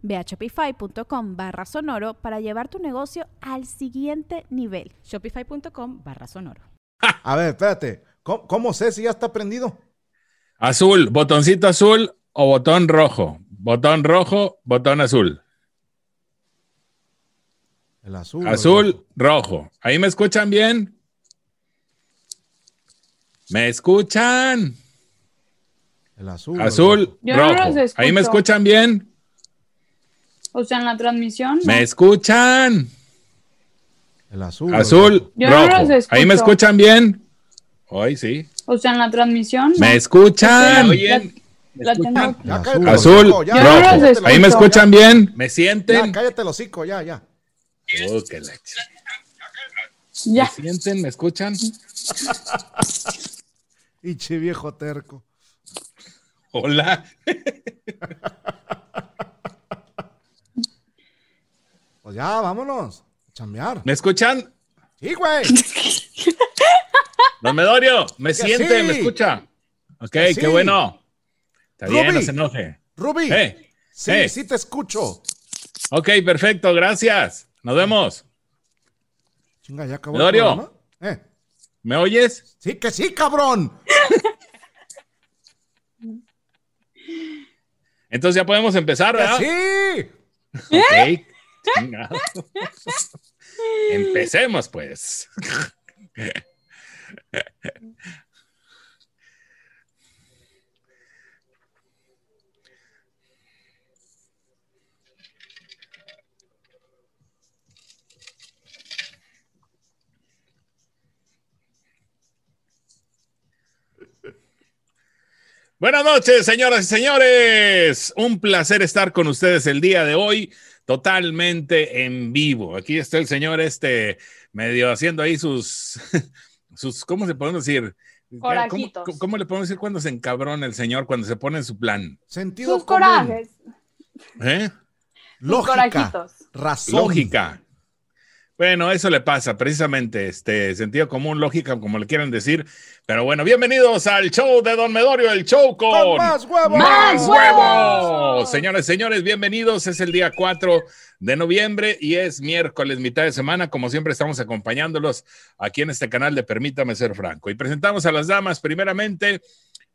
Ve a shopify.com barra sonoro para llevar tu negocio al siguiente nivel. Shopify.com barra sonoro. A ver, espérate. ¿Cómo, cómo sé si ya está prendido? Azul, botoncito azul o botón rojo. Botón rojo, botón azul. El azul. o el rojo. Azul, Uh, rojo. ¿Ahí me escuchan bien? ¿Me escuchan? El azul. o el Azul, rojo. Yo no Uh, rojo. los escucho. ¿Ahí me escuchan bien? O sea, en la transmisión. ¿no? ¿Me escuchan? El Uh, azul. o el rojo. Azul, Yo no rojo. los ¿Ahí me escucho. escuchan bien? Hoy sí. O sea, en la transmisión. ¿no? ¿Me escuchan? Sí, la- la tengo- Ya Azul, cállate el azul, hocico, ya, Yo ya, no cállate los el escucho. ¿Ahí me hocico, escuchan bien? ¿Me Ya, ya, sienten? cállate el hocico, ya, ya. Oh, qué la ch- ¿Me Ya. sienten? ¿Me escuchan? Y che viejo terco. Hola. Pues ya, vámonos. A chambear. ¿Me escuchan? Sí, güey. Don Medorio, me Que siente, sí. me escucha. Ok, Que sí. qué bueno. Está bien, no Ruby. se enoje. Ruby. Eh, sí, eh. sí te escucho. Ok, perfecto, gracias. Nos vemos. Chinga, ya acabó. Medorio. el programa. Eh, ¿Me oyes? sí, que sí, cabrón. Entonces ya podemos empezar, Que ¿verdad? sí. Ok. Chingado. Empecemos, pues. Buenas noches, señoras y señores. Un placer estar con ustedes el día de hoy, totalmente en vivo. Aquí está el señor este medio haciendo ahí sus, sus, ¿cómo se podemos decir? ¿Cómo, Corajitos. cómo le podemos decir cuando se encabrona el señor, cuando se pone en su plan? Sentido Sus común, corajes. ¿Eh? Sus Lógica. corajitos. Razón. Lógica. Bueno, eso le pasa precisamente, este sentido común, lógica, como le quieran decir. Pero bueno, bienvenidos al show de Don Medorio, el show con, Con más huevos. ¡Más huevos! huevos! Señores, señores, bienvenidos. Es el día 4 de noviembre y es miércoles, mitad de semana. Como siempre, estamos acompañándolos aquí en este canal de Permítame Ser Franco. Y presentamos a las damas, primeramente,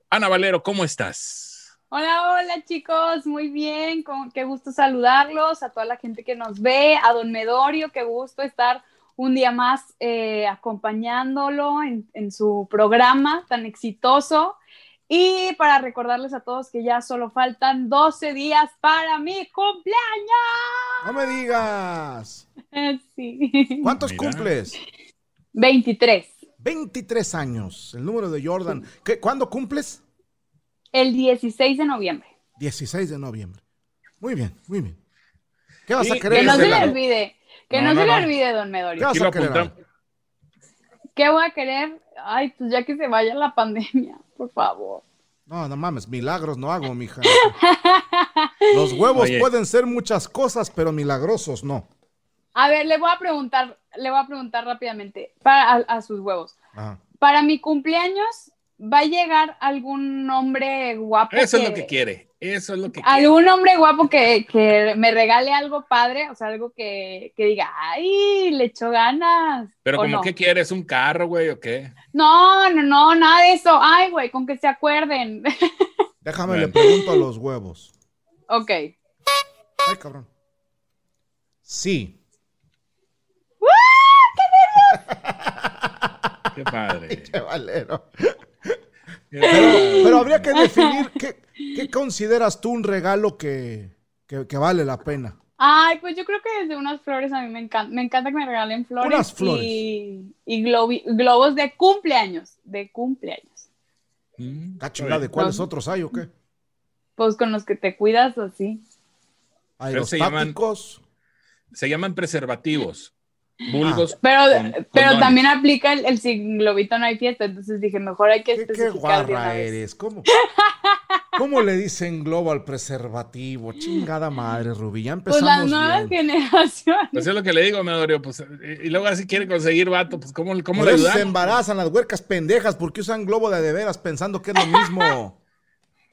Ana Valero, ¿cómo estás? Hola, hola chicos, muy bien, con- qué gusto saludarlos, a toda la gente que nos ve, a don Medorio, qué gusto estar un día más eh, acompañándolo en, en su programa tan exitoso. Y para recordarles a todos que ya solo faltan 12 días para mi cumpleaños. No me digas. Sí. ¿Cuántos Mira. cumples? 23. 23 años, el número de Jordan. ¿Qué- ¿Cuándo cumples? El 16 de noviembre. 16 de noviembre. Muy bien, muy bien. ¿Qué vas a Y- querer? Que no se le Adela? olvide. Que No, no, no, se no. le olvide, don Medorio. Vas Aquí a lo querer apuntamos. ¿Qué voy a querer? Ay, pues ya que se vaya la pandemia, por favor. No, no mames, milagros no hago, mija. Los huevos Oye. pueden ser muchas cosas, pero milagrosos no. A ver, le voy a preguntar, le voy a preguntar rápidamente para, a, a sus huevos. Ajá. Para mi cumpleaños, ¿va a llegar algún hombre guapo? Eso es lo que quiere. Eso es lo que quiere. Algún hombre guapo que, que me regale algo padre, o sea, algo que, que diga, ay, le echó ganas. Pero ¿o como no? que quieres un carro, güey, o qué? No, no, no, nada de eso. Ay, güey, con que se acuerden. Déjame Bueno. le pregunto a los huevos. ok. Ay, cabrón. Sí. Qué padre. Qué valero. Qué Pero, padre. pero habría que definir qué, qué consideras tú un regalo que, que- que vale la pena. Ay, pues yo creo que desde unas flores a mí me encanta, me encanta que me regalen flores, Unas flores. y, y globi- globos de cumpleaños, de cumpleaños. Mm, Cachula, ¿de está cuáles No. otros hay o qué? Pues con los que te cuidas así. se llaman- Aerostáticos. bien. Se llaman preservativos. Vulgos. Pero, Con- pero condones. también aplica el, el sin globito no hay fiesta, entonces dije, mejor hay que ¿Qué, qué especificar de una guarra vez. eres? ¿Cómo? ¿Cómo le dicen globo al preservativo? Chingada madre, Rubí. Ya Pues empezamos las nuevas bien. generaciones. Pues es lo que le digo, Medorio. Pues, y y luego así quiere conseguir vato. Pues, ¿cómo, cómo Por le eso se ayudamos? embarazan las huercas pendejas porque usan globo de a de veras pensando que es lo mismo.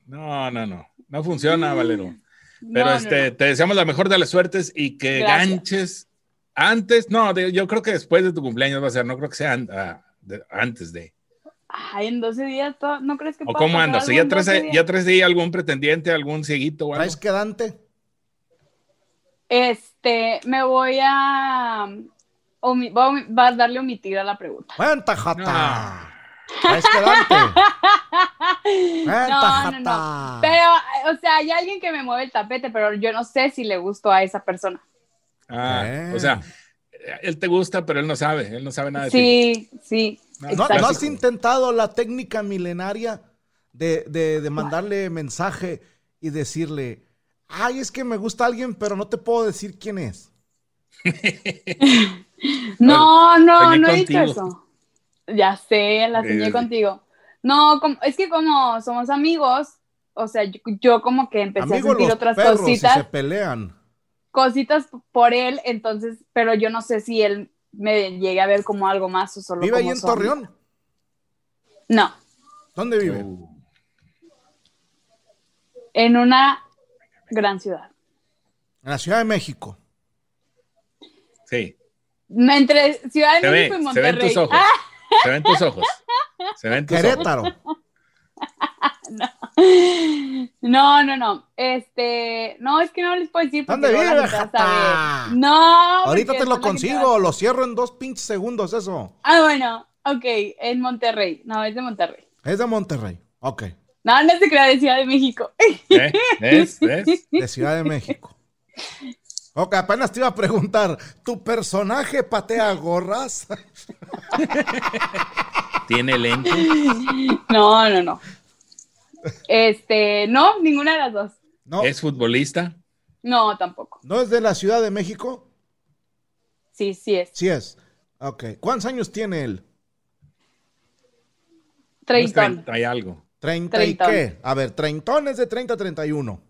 No, no, no. No funciona, Valero. Pero Mm, No, no, este, no. te deseamos la mejor de las suertes y que Gracias. ganches antes. No, de- yo creo que después de tu cumpleaños va a ser. No creo que sea an- ah, de- antes de. Ay, en 12 días, to- ¿no crees que ¿O pueda cómo pasar andas? algo ¿Ya en tres, 12 días? ya tres días algún pretendiente, algún cieguito o algo? ¿Traes quedante? Este, me voy a, um, omi- voy a omi- va a darle omitida la pregunta. ¡Cuenta, No. jata! ¿Traes quedante? ¡Cuenta, No, no, jata! no. Pero, o sea, hay alguien que me mueve el tapete, pero yo no sé si le gustó a esa persona. Ah, Eh. O sea, eh, él te gusta, pero él no sabe. Él no sabe nada de ti. Sí, sí. No, ¿No, exacto. no has intentado la técnica milenaria de, de- de mandarle mensaje y decirle, ay, es que me gusta alguien, pero no te puedo decir quién es? No, no, soñé no he dicho contigo. eso. Ya sé, la soñé Eh. contigo. No, como- es que como somos amigos, o sea, yo, yo como que empecé a Amigos sentir los otras perros si cositas, se pelean. cositas por él, entonces, pero yo no sé si él me llegue a ver como algo más o solo ¿Vive ahí como en su Torreón? amigo. No, ¿Dónde vive? Uh, en una gran ciudad. En la Ciudad de México. sí. Entre Ciudad de Se ve, México y se ven Monterrey. Ah, tus ojos. Se ven tus ojos. Se ven tus ojos. Querétaro. No, no, no. Este, no, es que no les puedo decir porque ¿Dónde luego la vive, gente va a jata? saber. No. Ahorita porque te lo después la gente va a consigo, lo cierro en dos pinches segundos eso. Ah, bueno, ok, en Monterrey. No, es de Monterrey. Es de Monterrey. Ok, No, no se crea de Ciudad de México. ¿Eh? ¿Ves? ¿Ves? de Ciudad de México. Ok, apenas te iba a preguntar, ¿tu personaje patea gorras? Tiene lente. No, no, no. Este, no, ninguna de las dos. No, Es futbolista. No, tampoco. ¿no es de la Ciudad de México? Sí, sí es. Sí es. Ok, ¿cuántos años tiene él? unos Treintón. 30 y algo. ¿Treinta Treintón. y qué? A ver, treintón es de 30 a 31.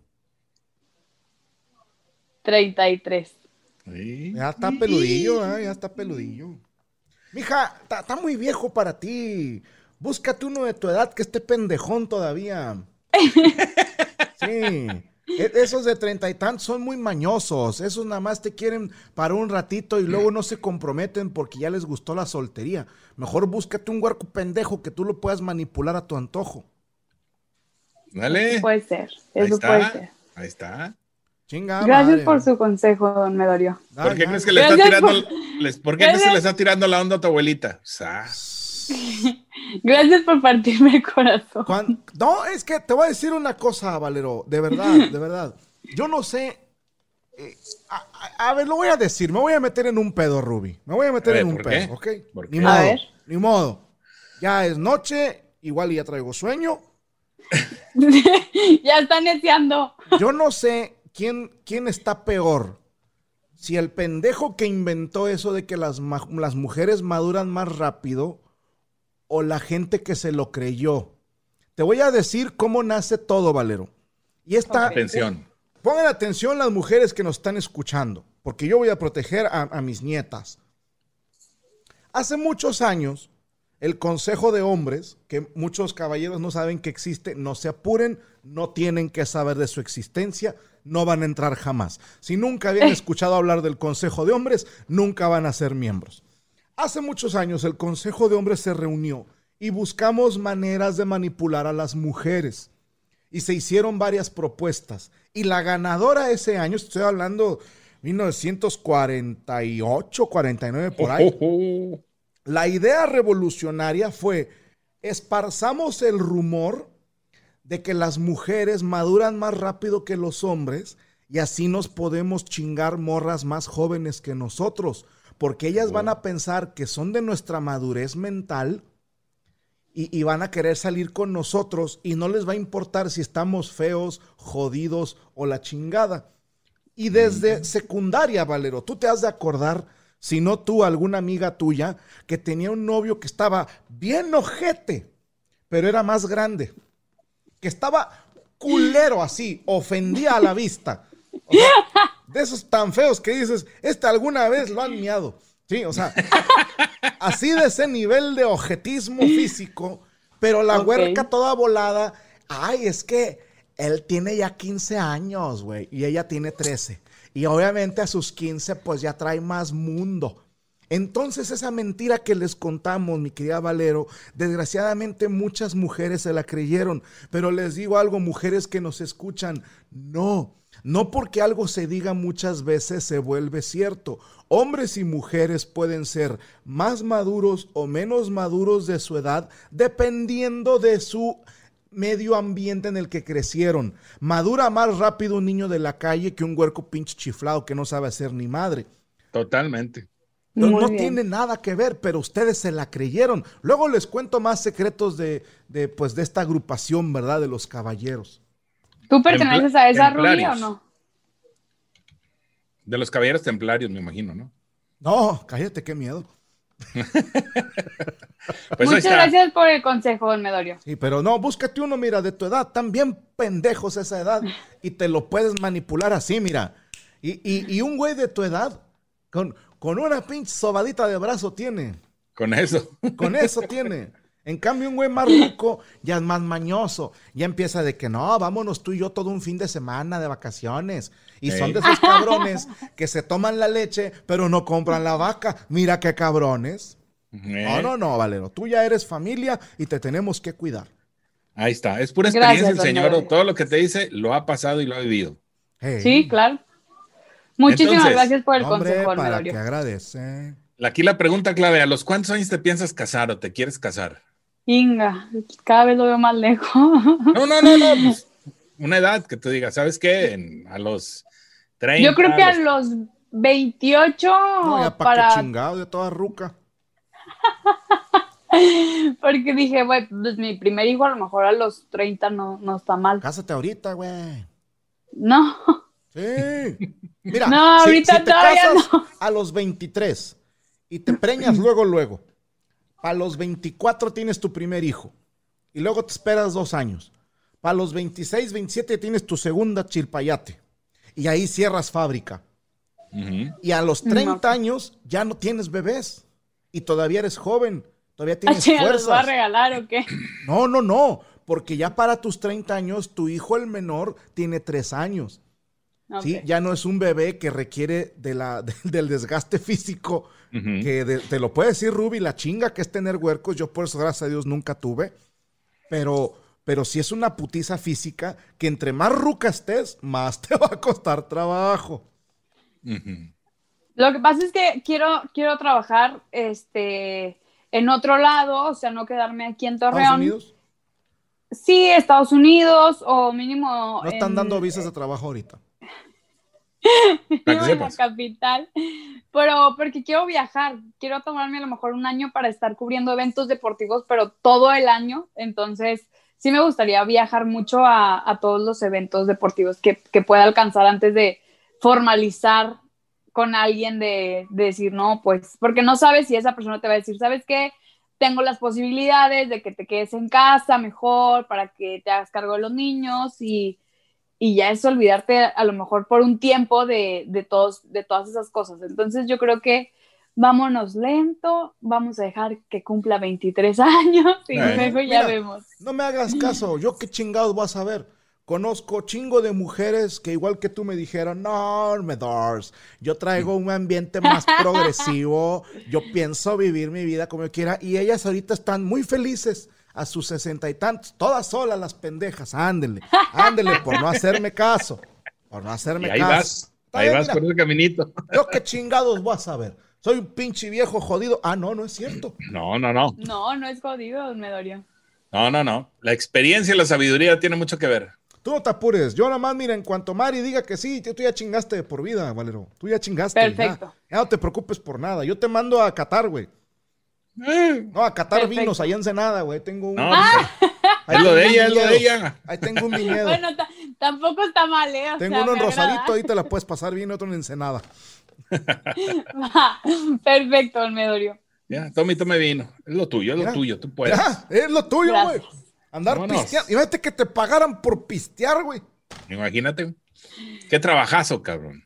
Treinta y tres. Sí. Ya está peludillo, ¿eh? ya está peludillo. Mija, está está muy viejo para ti. Búscate uno de tu edad que esté pendejón todavía. Sí. E- Esos de treinta y tantos son muy mañosos. Esos nada más te quieren para un ratito y luego no se comprometen porque ya les gustó la soltería. Mejor búscate un huerco pendejo que tú lo puedas manipular a tu antojo. Dale. Puede ser. Ahí Eso puede está. ser. Ahí está. Chinga. Gracias Ah, madre. por su consejo, don Medorio. Ah, ¿Por qué ya. crees que le está Gracias tirando, les- ¿por qué crees que Gracias. le está tirando la onda a tu abuelita? Sa- Gracias por partirme el corazón. Cuan- No, es que te voy a decir una cosa, Valero, de verdad, de verdad. Yo no sé. eh, a, a- a ver, lo voy a decir, me voy a meter en un pedo, Ruby. Me voy a meter A ver, en un ¿por pedo, ¿ok? qué? ¿Por ni qué? A modo, ver. ni modo. Ya es noche, igual y ya traigo sueño. ya están neceando. Yo no sé quién, quién está peor. Si el pendejo que inventó eso de que las, ma- las mujeres maduran más rápido o la gente que se lo creyó. Te voy a decir cómo nace todo, Valero. Y esta, Atención. Pongan atención las mujeres que nos están escuchando, porque yo voy a proteger a, a mis nietas. Hace muchos años, el Consejo de Hombres, que muchos caballeros no saben que existe, no se apuren, no tienen que saber de su existencia, no van a entrar jamás. Si nunca habían escuchado hablar del Consejo de Hombres, nunca van a ser miembros. Hace muchos años el Consejo de Hombres se reunió y buscamos maneras de manipular a las mujeres y se hicieron varias propuestas. Y la ganadora ese año, estoy hablando 1948, 49 por ahí, Ojo. La idea revolucionaria fue esparzamos el rumor de que las mujeres maduran más rápido que los hombres y así nos podemos chingar morras más jóvenes que nosotros, porque ellas van a pensar que son de nuestra madurez mental y, y van a querer salir con nosotros y no les va a importar si estamos feos, jodidos o la chingada. Y desde secundaria, Valero, tú te has de acordar, si no tú, alguna amiga tuya, que tenía un novio que estaba bien ojete, pero era más grande, que estaba culero así, ofendía a la vista. O sea, de esos tan feos que dices, este alguna vez lo han miado. Sí, o sea, así de ese nivel de objetismo físico, pero la Ok. huerca toda volada. Ay, es que él tiene ya 15 años, güey, y ella tiene 13. Y obviamente a sus 15, pues ya trae más mundo. Entonces, esa mentira que les contamos, mi querida Valero, desgraciadamente muchas mujeres se la creyeron. Pero les digo algo, mujeres que nos escuchan, no. No porque algo se diga muchas veces se vuelve cierto. Hombres y mujeres pueden ser más maduros o menos maduros de su edad dependiendo de su medio ambiente en el que crecieron. Madura más rápido un niño de la calle que un huerco pinche chiflado que no sabe hacer ni madre. Totalmente. No, Muy no bien. tiene nada que ver, pero ustedes se la creyeron. Luego les cuento más secretos de, de, pues, de esta agrupación, ¿verdad? De los caballeros. ¿Tú perteneces a esa Rubí o templarios. no? De los caballeros templarios, me imagino, ¿no? No, cállate, qué miedo. Pues ahí Muchas está. gracias por el consejo, don Medorio. Sí, pero no, búscate uno, mira, de tu edad, también pendejos esa edad, y te lo puedes manipular así, mira. Y, y- y un güey de tu edad, con, con una pinche sobadita de brazo tiene, Con eso. con eso tiene. En cambio, un güey más rico ya es más mañoso, ya empieza de que no, vámonos tú y yo todo un fin de semana de vacaciones. Y son Ey. de esos cabrones que se toman la leche, pero no compran la vaca. Mira qué cabrones. No, Eh, no, no, Valero, tú ya eres familia y te tenemos que cuidar. Ahí está. Es pura Gracias, experiencia don el señor. Medorio. Todo lo que te dice lo ha pasado y lo ha vivido. Hey. Sí, claro. Muchísimas Entonces, gracias por el Hombre, consejo, don para que Medorio. agradece. Aquí la pregunta clave, ¿a los cuántos años te piensas casar o te quieres casar? Inga, cada vez lo veo más lejos. No, no, no, no. pues, una edad que tú digas, ¿sabes qué? En- a los 30. Yo creo que a los- los 28 No, ya pa' qué para chingado, de toda ruca. porque dije, güey, pues mi primer hijo a lo mejor a los 30 no, no está mal. Cásate ahorita, güey. No, Sí. Mira, No, si- ahorita si te todavía casas a los 23 y te preñas luego, luego. A los 24 tienes tu primer hijo y luego te esperas dos años. Para los 26, 27 tienes tu segunda chilpayate y ahí cierras fábrica. Ujú. Y a los No. 30 años ya no tienes bebés y todavía eres joven, todavía ¿a tienes chinga, los voy a fuerzas. regalar o qué? No, no, no, porque ya para tus 30 años, tu hijo el menor tiene 3 años. ¿sí? Ok. Ya no es un bebé que requiere de la, de- del desgaste físico, Ujú. que de- te lo puede decir Ruby, la chinga que es tener huercos, yo por eso, gracias a Dios, nunca tuve, pero, pero sí es una putiza física que entre más ruca estés, más te va a costar trabajo. Ujú. Lo que pasa es que quiero, quiero trabajar este en otro lado, o sea, no quedarme aquí en ¿Estados Torreón. Unidos? Sí, Estados Unidos o mínimo No están en- eh, dando visas de trabajo ahorita. Para que vivo en la sepas. capital, pero porque quiero viajar, quiero tomarme a lo mejor un año para estar cubriendo eventos deportivos, pero todo el año, entonces sí me gustaría viajar mucho a, a todos los eventos deportivos que, que pueda alcanzar antes de formalizar con alguien de, de decir, no, pues, porque no sabes si esa persona te va a decir, ¿sabes qué? Tengo las posibilidades de que te quedes en casa mejor para que te hagas cargo de los niños y, y ya es olvidarte a lo mejor por un tiempo de, de, todos, de todas esas cosas. Entonces yo creo que vámonos lento, vamos a dejar que cumpla 23 años y Bueno, luego ya mira. vemos. No me hagas caso, yo qué chingados vas a ver. Conozco chingo de mujeres que igual que tú me dijeron, no, me dors, yo traigo un ambiente más progresivo, yo pienso vivir mi vida como yo quiera y ellas ahorita están muy felices a sus sesenta y tantos, todas solas las pendejas, ándele, ándele por no hacerme caso, por no Y hacerme ahí caso. vas. Está Ahí bien, vas mira, por ese caminito. yo qué chingados voy a saber. Soy un pinche viejo jodido. Ah, no, no es cierto. No, no, no. No, no es jodido, don Medorio. No, no, no. La experiencia y la sabiduría tiene mucho que ver. Tú no te apures. Yo nada más, mira, en cuanto Mari diga que sí, tú tú ya chingaste de por vida, Valero. Tú ya chingaste. Perfecto. Ya, Ya no te preocupes por nada. Yo te mando a Qatar, güey. Eh. No, a Qatar Perfecto. vinos, allá en Senada, güey. Ahí Tengo un... No, Ah. pues, ahí es lo tengo de un ella, es lo de viñedo. ella. Ahí tengo un viñedo. Bueno, ta- tampoco está mal, ¿eh? O tengo sea, uno en me agrada. Rosarito, ahí te la puedes pasar bien, otro en Ensenada. Va, Perfecto, don Medorio. Ya, Tommy, tome vino. Es lo tuyo, es lo Mira. tuyo, tú puedes. Ya, es lo tuyo, güey. Gracias. Andar Pues. Vámonos. pisteando. Imagínate que te pagaran por pistear, güey. Imagínate. Qué trabajazo, cabrón.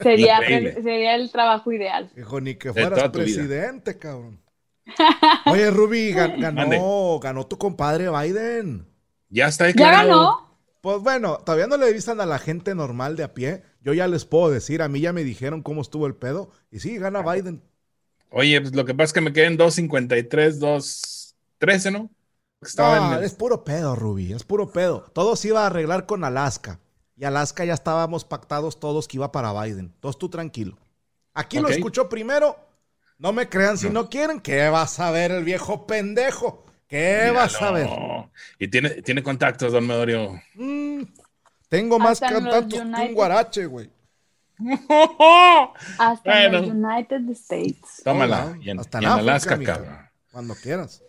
Sería, Increíble. sería el trabajo ideal. Hijo, ni que De fueras toda tu vida. presidente, cabrón. Oye, Ruby, gan- ganó, Mande. ganó tu compadre Biden. Ya está ¿Ya declarado. ganó? Pues bueno, todavía no le avisan a la gente normal de a pie. Yo ya les puedo decir, a mí ya me dijeron cómo estuvo el pedo. Y sí, gana Biden. Oye, pues lo que pasa es que me queden 2.53, 2.13, ¿no? Estaba No, en el- es puro pedo, Ruby, es puro pedo. Todo se iba a arreglar con Alaska. Y Alaska ya estábamos pactados todos que iba para Biden. Entonces tú tranquilo. Aquí lo Ok. escuchó primero. No me crean si no, quieren. ¿Qué va a saber el viejo pendejo? ¿Qué va a Míralo. saber? Y tiene, tiene contactos, don Medorio. Mm, tengo más Hasta en los cantantes que un United. guarache, güey. Hasta en los Bueno. United States. Tómala. Hola, Y en, hasta y en en África, Alaska, mija. cabrón. Cuando quieras.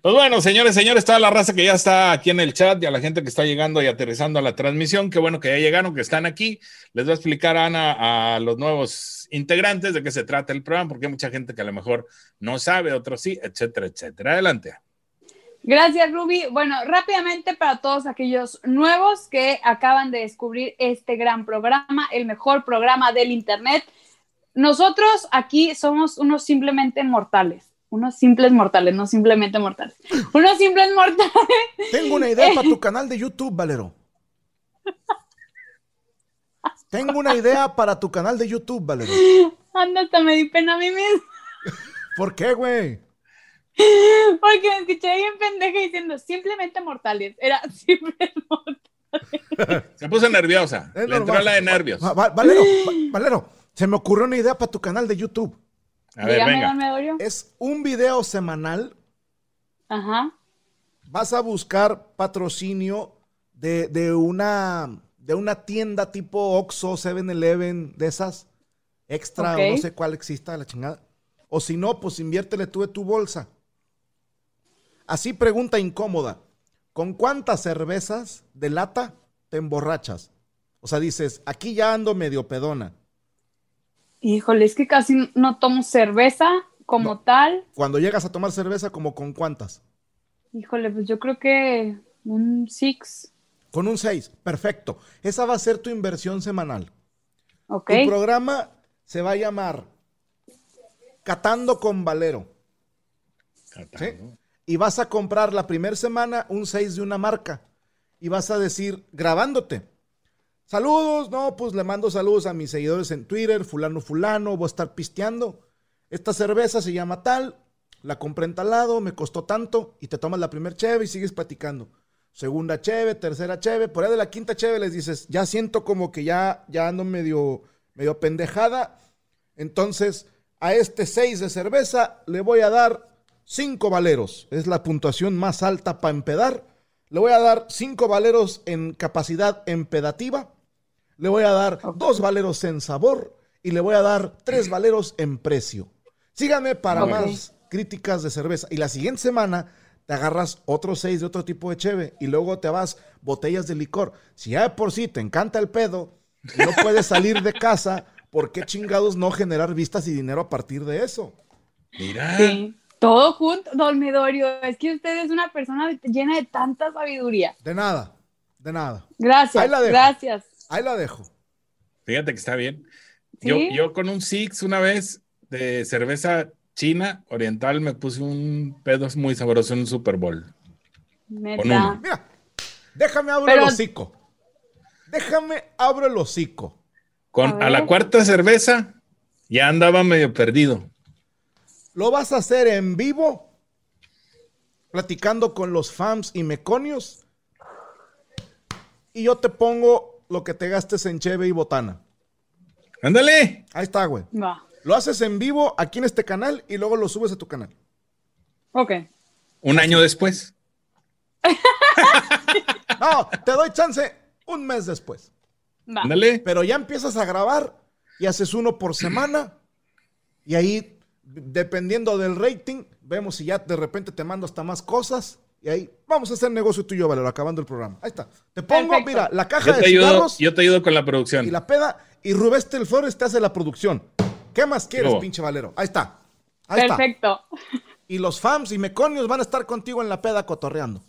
Pues bueno, señores, señores, toda la raza que ya está aquí en el chat y a la gente que está llegando y aterrizando a la transmisión, qué bueno que ya llegaron, que están aquí. Les va a explicar Ana a los nuevos integrantes de qué se trata el programa, porque hay mucha gente que a lo mejor no sabe, otros sí, etcétera, etcétera. Adelante. Gracias, Ruby. Bueno, rápidamente para todos aquellos nuevos que acaban de descubrir este gran programa, el mejor programa del Internet. Nosotros aquí somos unos simplemente mortales, unos simples mortales, no simplemente mortales, unos simples mortales. Tengo una idea para tu canal de YouTube, Valero. Tengo una idea para tu canal de YouTube, Valero. Anda, hasta me di pena a mí misma. ¿Por qué, güey? Porque me escuché bien pendeja diciendo simplemente mortales. Era simple mortales. Se puso nerviosa. Es Le entró normal. la de nervios. Va- va- Valero, va- Valero, se me ocurrió una idea para tu canal de YouTube. A ver, Dígame, venga. don Medorio. Es un video semanal. Ajá. Vas a buscar patrocinio de, de una, de una tienda tipo Oxxo, 7-Eleven, de esas. Extra, o no Ok. sé cuál exista, la chingada. O si no, pues inviértele tú de tu bolsa. Así pregunta incómoda. ¿Con cuántas cervezas de lata te emborrachas? O sea, dices, aquí ya ando medio pedona. Híjole, es que casi no tomo cerveza como No. tal. Cuando llegas a tomar cerveza, ¿como con cuántas? Híjole, pues yo creo que un six. Con un 6, perfecto. Esa va a ser tu inversión semanal. Ok. Tu programa se va a llamar Catando con Valero. ¿sí? Y vas a comprar la primera semana un 6 de una marca. Y vas a decir, grabándote. Saludos, no, pues le mando saludos a mis seguidores en Twitter, fulano, fulano, voy a estar pisteando. Esta cerveza se llama tal, la compré en tal lado, me costó tanto, y te tomas la primer cheve y sigues platicando. Segunda cheve, tercera cheve, por ahí de la quinta cheve les dices, ya siento como que ya, ya ando medio, medio pendejada. Entonces, a este 6 de cerveza le voy a dar 5 valeros. Es la puntuación más alta para empedar. Le voy a dar 5 valeros en capacidad empedativa. Le voy a dar 2 valeros en sabor. Y le voy a dar 3 valeros en precio. Síganme para Ok. más críticas de cerveza. Y la siguiente semana te agarras otros 6 de otro tipo de cheve. Y luego te vas botellas de licor. Si ya de por sí te encanta el pedo, y no puedes salir de casa, ¿por qué chingados no generar vistas y dinero a partir de eso? Mira. Sí. Todo junto, don Medorio. Es que usted es una persona llena de tanta sabiduría. De nada, de nada. Gracias. Ahí la dejo. Gracias. Ahí la dejo. Fíjate que está bien. Yo, Sí. yo con un Six una vez de cerveza china oriental me puse un pedo muy sabroso en un Super Bowl. Con Neta. uno. Mira, déjame abro Pero- el hocico. Déjame abro el hocico. Con, A a, la ver. cuarta cerveza ya andaba medio perdido. ¿Lo vas a hacer en vivo? Platicando con los fans y meconios. Y yo te pongo lo que te gastes en cheve y botana. Ándale. Ahí está, güey. Va. Lo haces en vivo aquí en este canal y luego lo subes a tu canal. Ok. Un año después. No, te doy chance un mes después. Va. Ándale. Pero ya empiezas a grabar y haces uno por semana. Y ahí, dependiendo del rating, vemos si ya de repente te mando hasta más cosas. Y ahí, vamos a hacer negocio tuyo, Valero, acabando el programa. Ahí está. Te pongo, Perfecto. mira, la caja Yo de te, ayudo, cigarros yo te ayudo con la producción. y la peda. Y Rubén Tel Flores te hace la producción. ¿Qué más quieres, Luego. pinche Valero? Ahí está. Ahí está. Perfecto. Y los fans y meconios van a estar contigo en la peda cotorreando.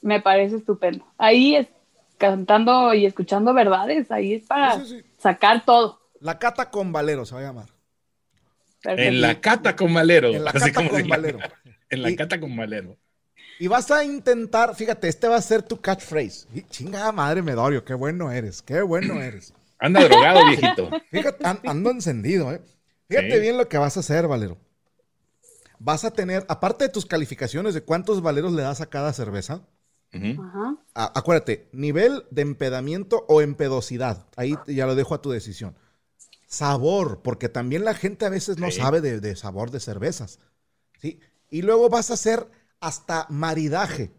Me parece estupendo. Ahí es cantando y escuchando verdades. Ahí es para Sí, sí, sí. sacar todo. La cata con Valero se va a llamar. Perfecto. En la cata con Valero. En la así cata como con se llama. Valero. En la Y- cata con Valero. Y vas a intentar, fíjate, este va a ser tu catchphrase. Y chingada madre, Medorio, qué bueno eres, qué bueno eres. Anda drogado, viejito. Fíjate, an- ando encendido, ¿eh? Fíjate Sí. bien lo que vas a hacer, Valero. Vas a tener, aparte de tus calificaciones de cuántos valeros le das a cada cerveza, Ujú. Ajá. a- acuérdate, nivel de empedamiento o empedosidad. Ahí te- ya lo dejo a tu decisión. Sabor, porque también la gente a veces no Sí. sabe de, de sabor de cervezas. ¿sí? Y luego vas a hacer hasta maridaje.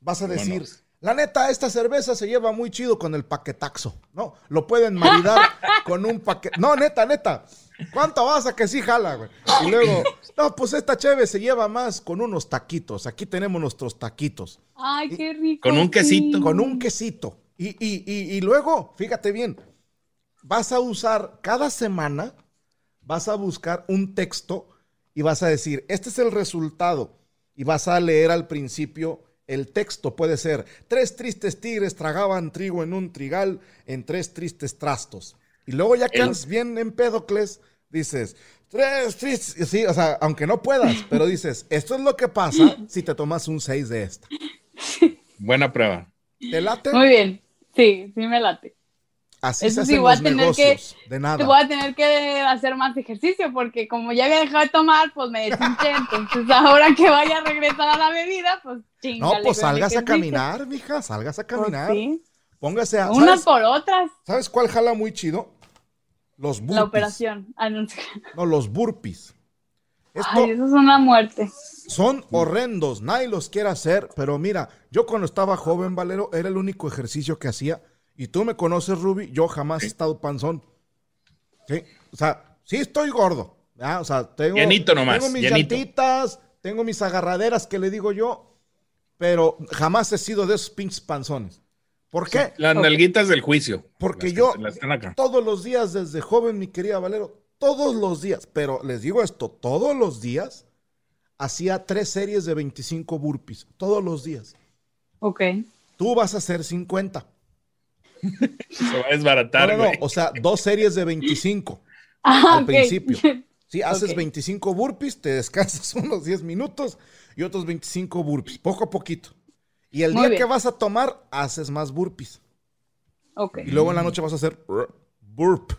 Vas a Vámonos. decir, la neta, esta cerveza se lleva muy chido con el paquetaxo. No, lo pueden maridar con un paquete. No, neta, neta. ¿Cuánto vas a que sí jala, güey? Y luego, no, pues esta cheve se lleva más con unos taquitos. Aquí tenemos nuestros taquitos Ay, qué rico. Con un sí. quesito. con un quesito. Y, y- y- y luego, fíjate bien, vas a usar cada semana, vas a buscar un texto y vas a decir, este es el resultado. Y vas a leer al principio el texto. Puede ser, tres tristes tigres tragaban trigo en un trigal en tres tristes trastos. Y luego ya que El- andas bien en Pedocles, dices, tres tristes, sí, o sea, aunque no puedas, pero dices, esto es lo que pasa si te tomas un 6 de esta. Buena prueba. ¿Te late? Muy bien. Sí, sí me late. Así Eso se sí, hacen voy a los tener que- negocios, de nada. Te voy a tener que hacer más ejercicio porque como ya había dejado de tomar, pues me deshinché. Entonces ahora que vaya a regresar a la bebida, pues No, chingale. pues con el salgas a ejercicio. caminar, mija, salgas a Pues caminar. sí, Póngase a... unas ¿sabes, por otras. sabes cuál jala muy chido? Los burpees. La operación. Ah, no, No, los burpees. Esto Ay, eso es una muerte. son horrendos, nadie los quiere hacer, pero mira, yo cuando estaba joven, Valero, era el único ejercicio que hacía. Y tú me conoces, Ruby, yo jamás he estado panzón. Sí, o sea, sí estoy gordo. ¿verdad? O sea, tengo, Llanito nomás, tengo mis llanito. llantitas, tengo mis agarraderas que le digo yo, pero jamás he sido de esos pinches panzones. ¿Por qué? Las nalguitas del juicio. Porque Las que- yo- las que están acá. todos los días desde joven, mi querida Valero, todos los días, pero les digo esto, todos los días hacía tres series de 25 burpees, todos los días. Ok. Tú vas a hacer 50. Se va a No, desbaratar, no, no, güey. o sea, dos series de 25 Ah, al ok. principio. Si haces Ok. 25 burpees, te descansas unos 10 minutos y otros 25 burpees, poco a poquito. Y el Muy día bien. que vas a tomar, haces más burpees. Ok. Y luego en la noche vas a hacer burp.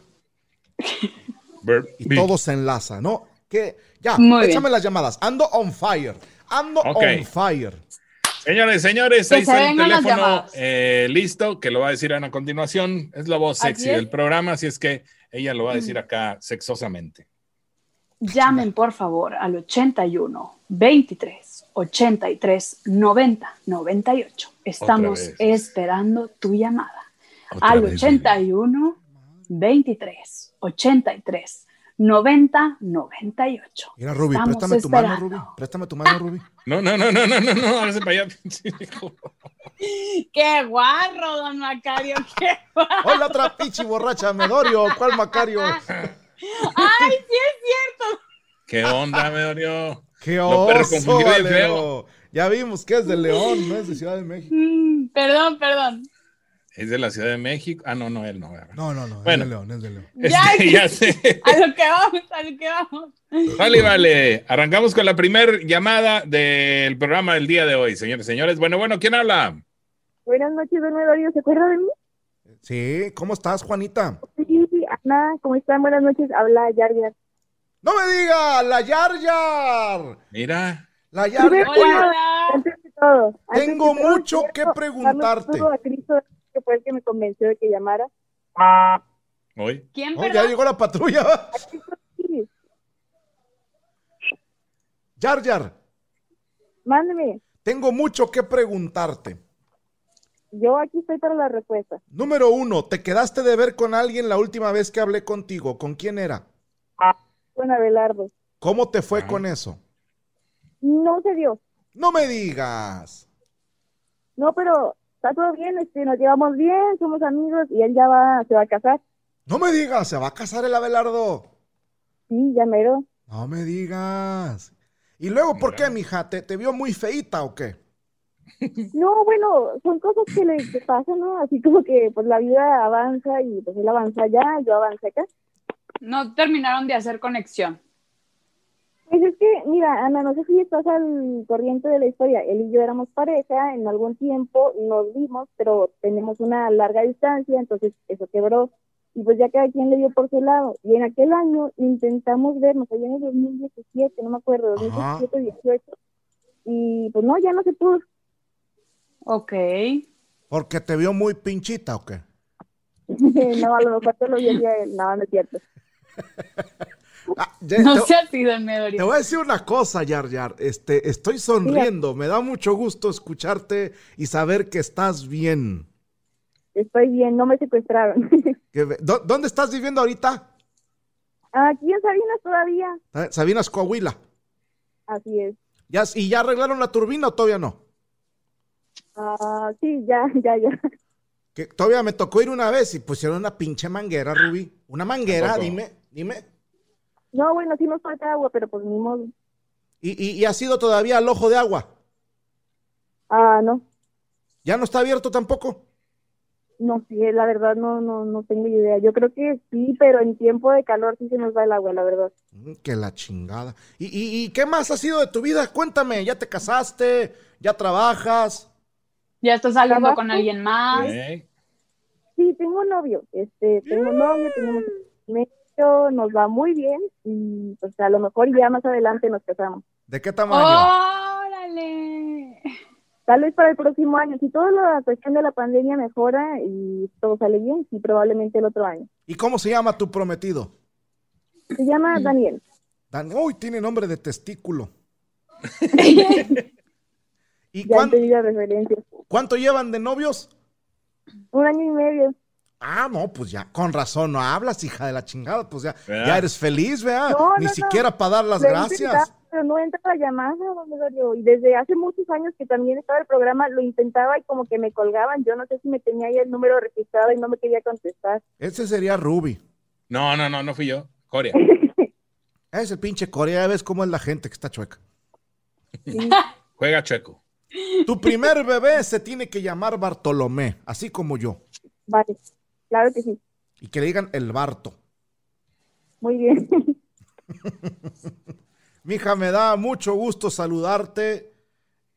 Burp. y todo se enlaza, ¿no? Que ya, Muy échame las llamadas. Ando on fire. Ando Ok. on fire. Señores, señores, Que ahí se está el vengan las teléfono llamadas. eh, listo, que lo va a decir Ana a continuación. Es la voz Así sexy es. Mm. del programa, así es que ella lo va a decir acá sexosamente. Llamen por favor al 81 23 83 90 98. Estamos vez. esperando tu llamada. Otra al vez, 81 23 83 90 98. Mira, Ruby, Estamos préstame tu mano, esperando. Ruby. Préstame tu mano, Ruby. No, no, no, no, no, no, no, hágase para allá. pinche hijo. ¡Qué guarro, don Macario! ¡Qué guarro! Hola, otra pichi borracha, Medorio. ¿Cuál Macario? ¡Ay, sí es cierto! ¿Qué onda, me dolió? ¡Qué Lo perro oso, confundido y Valero! Ya vimos que es de León, no es de Ciudad de México. Mm, perdón, perdón. Es de la Ciudad de México. Ah, no, no, él no. ¿verdad? No, no, no, Bueno. es de León, es de León. Ya, Este, ya sé. a lo que vamos, a lo que vamos. Vale, vale. Arrancamos con la primer llamada del programa del día de hoy, señores, señores. Bueno, bueno, ¿quién habla? Buenas noches, don Medorio. ¿Se acuerda de mí? Sí, ¿cómo estás, Juanita? Sí, sí, Ana, ¿cómo están? Buenas noches. Habla Yardia. ¡No me diga! ¡La Yar Yar! Mira, ¡La Yar Yar! Oye, Hola, hola. Antes que todo. antes Tengo que todo, mucho quiero que darle preguntarte. todo a Cristo, que fue el que me convenció de que llamara. hoy. ¿Quién Oh, ya perdón? llegó la patrulla. Sí, Yar Yar, Mándeme. tengo mucho que preguntarte. Yo aquí estoy para la respuesta. Número uno, ¿te quedaste de ver con alguien la última vez que hablé contigo? ¿Con quién era? Con Abelardo. ¿Cómo te fue Ah. con eso? No se dio. No me digas. No, pero está todo bien, este, nos llevamos bien, somos amigos y él ya va, se va a casar. No me digas, se va a casar el Abelardo. Sí, ya mero. No me digas. ¿Y luego por qué, mija? ¿Te, te vio muy feita o qué? No, bueno, son cosas que le que pasan, ¿no? Así como que pues la vida avanza y pues él avanza allá, yo avanza acá. No terminaron de hacer conexión. Pues es que, mira, Ana, no sé si estás al corriente de la historia. Él y yo éramos pareja, en algún tiempo nos vimos, pero tenemos una larga distancia, entonces eso quebró. Y pues ya cada quien le dio por su lado. Y en aquel año intentamos vernos, allá en el 2017, no me acuerdo, Ajá. 2017, 18. Y pues no, ya no se pudo. Ok. ¿Porque te vio muy pinchita o qué? no, a lo mejor te lo vi así a él. No, no es cierto. Ah, ya- No te, seas ido en medio. te voy a decir una cosa, Yar Yar. Este, estoy sonriendo. Me da mucho gusto escucharte y saber que estás bien. Estoy bien, no me secuestraron. Que ve- ¿Dó- ¿Dónde estás viviendo ahorita? Aquí en Sabinas todavía. Ah, Sabinas, Coahuila. Así es. ¿Ya, ¿Y ya arreglaron la turbina o todavía no? Ah, sí, ya, ya, ya. Que todavía me tocó ir una vez y pusieron una pinche manguera, Rubí. Una manguera, Tampoco. dime, dime. No, bueno, sí nos falta agua, pero pues ni modo. Y, y- y ha sido todavía al ojo de agua. Ah, no, ¿Ya no está abierto tampoco? no sé, la verdad no, no, no tengo idea. Yo creo que sí, pero en tiempo de calor sí se nos va el agua, la verdad. Mm, Que la chingada. ¿Y, y, y qué más ha sido de tu vida? Cuéntame, ¿ya te casaste? ¿Ya trabajas? Ya estás saliendo ¿Trabajo? con alguien más. Ok. Sí, tengo novio, este, tengo novio, tenemos un medio, nos va muy bien y pues a lo mejor ya más adelante nos casamos. ¿De qué Oh. tamaño? ¡Órale! Tal vez para el próximo año, si toda la cuestión de la pandemia mejora y todo sale bien, sí, probablemente el otro año. ¿Y cómo se llama tu prometido? Se llama Daniel. Dan- Uy, tiene nombre de testículo. ¿Y Ya cuán- te di la referencia. cuánto llevan de novios? Un año y medio. Ah, no, pues ya, con razón, no hablas, hija de la chingada, pues ya, ¿Verdad? ya eres feliz, ¿verdad? No, Ni no, no. siquiera para dar las Lo he gracias. intentado, pero no entra la llamada, don Medorio. Y desde hace muchos años que también estaba el programa, lo intentaba y como que me colgaban. Yo no sé si me tenía ahí el número registrado y no me quería contestar. Ese sería Ruby. No, no, no, no fui yo. Corea. Ese pinche Corea, ya ves cómo es la gente que está chueca. Juega chueco. Tu primer bebé se tiene que llamar Bartolomé, así como yo. Vale, claro que sí. Y que le digan el Barto. Muy bien. Mija, me da mucho gusto saludarte.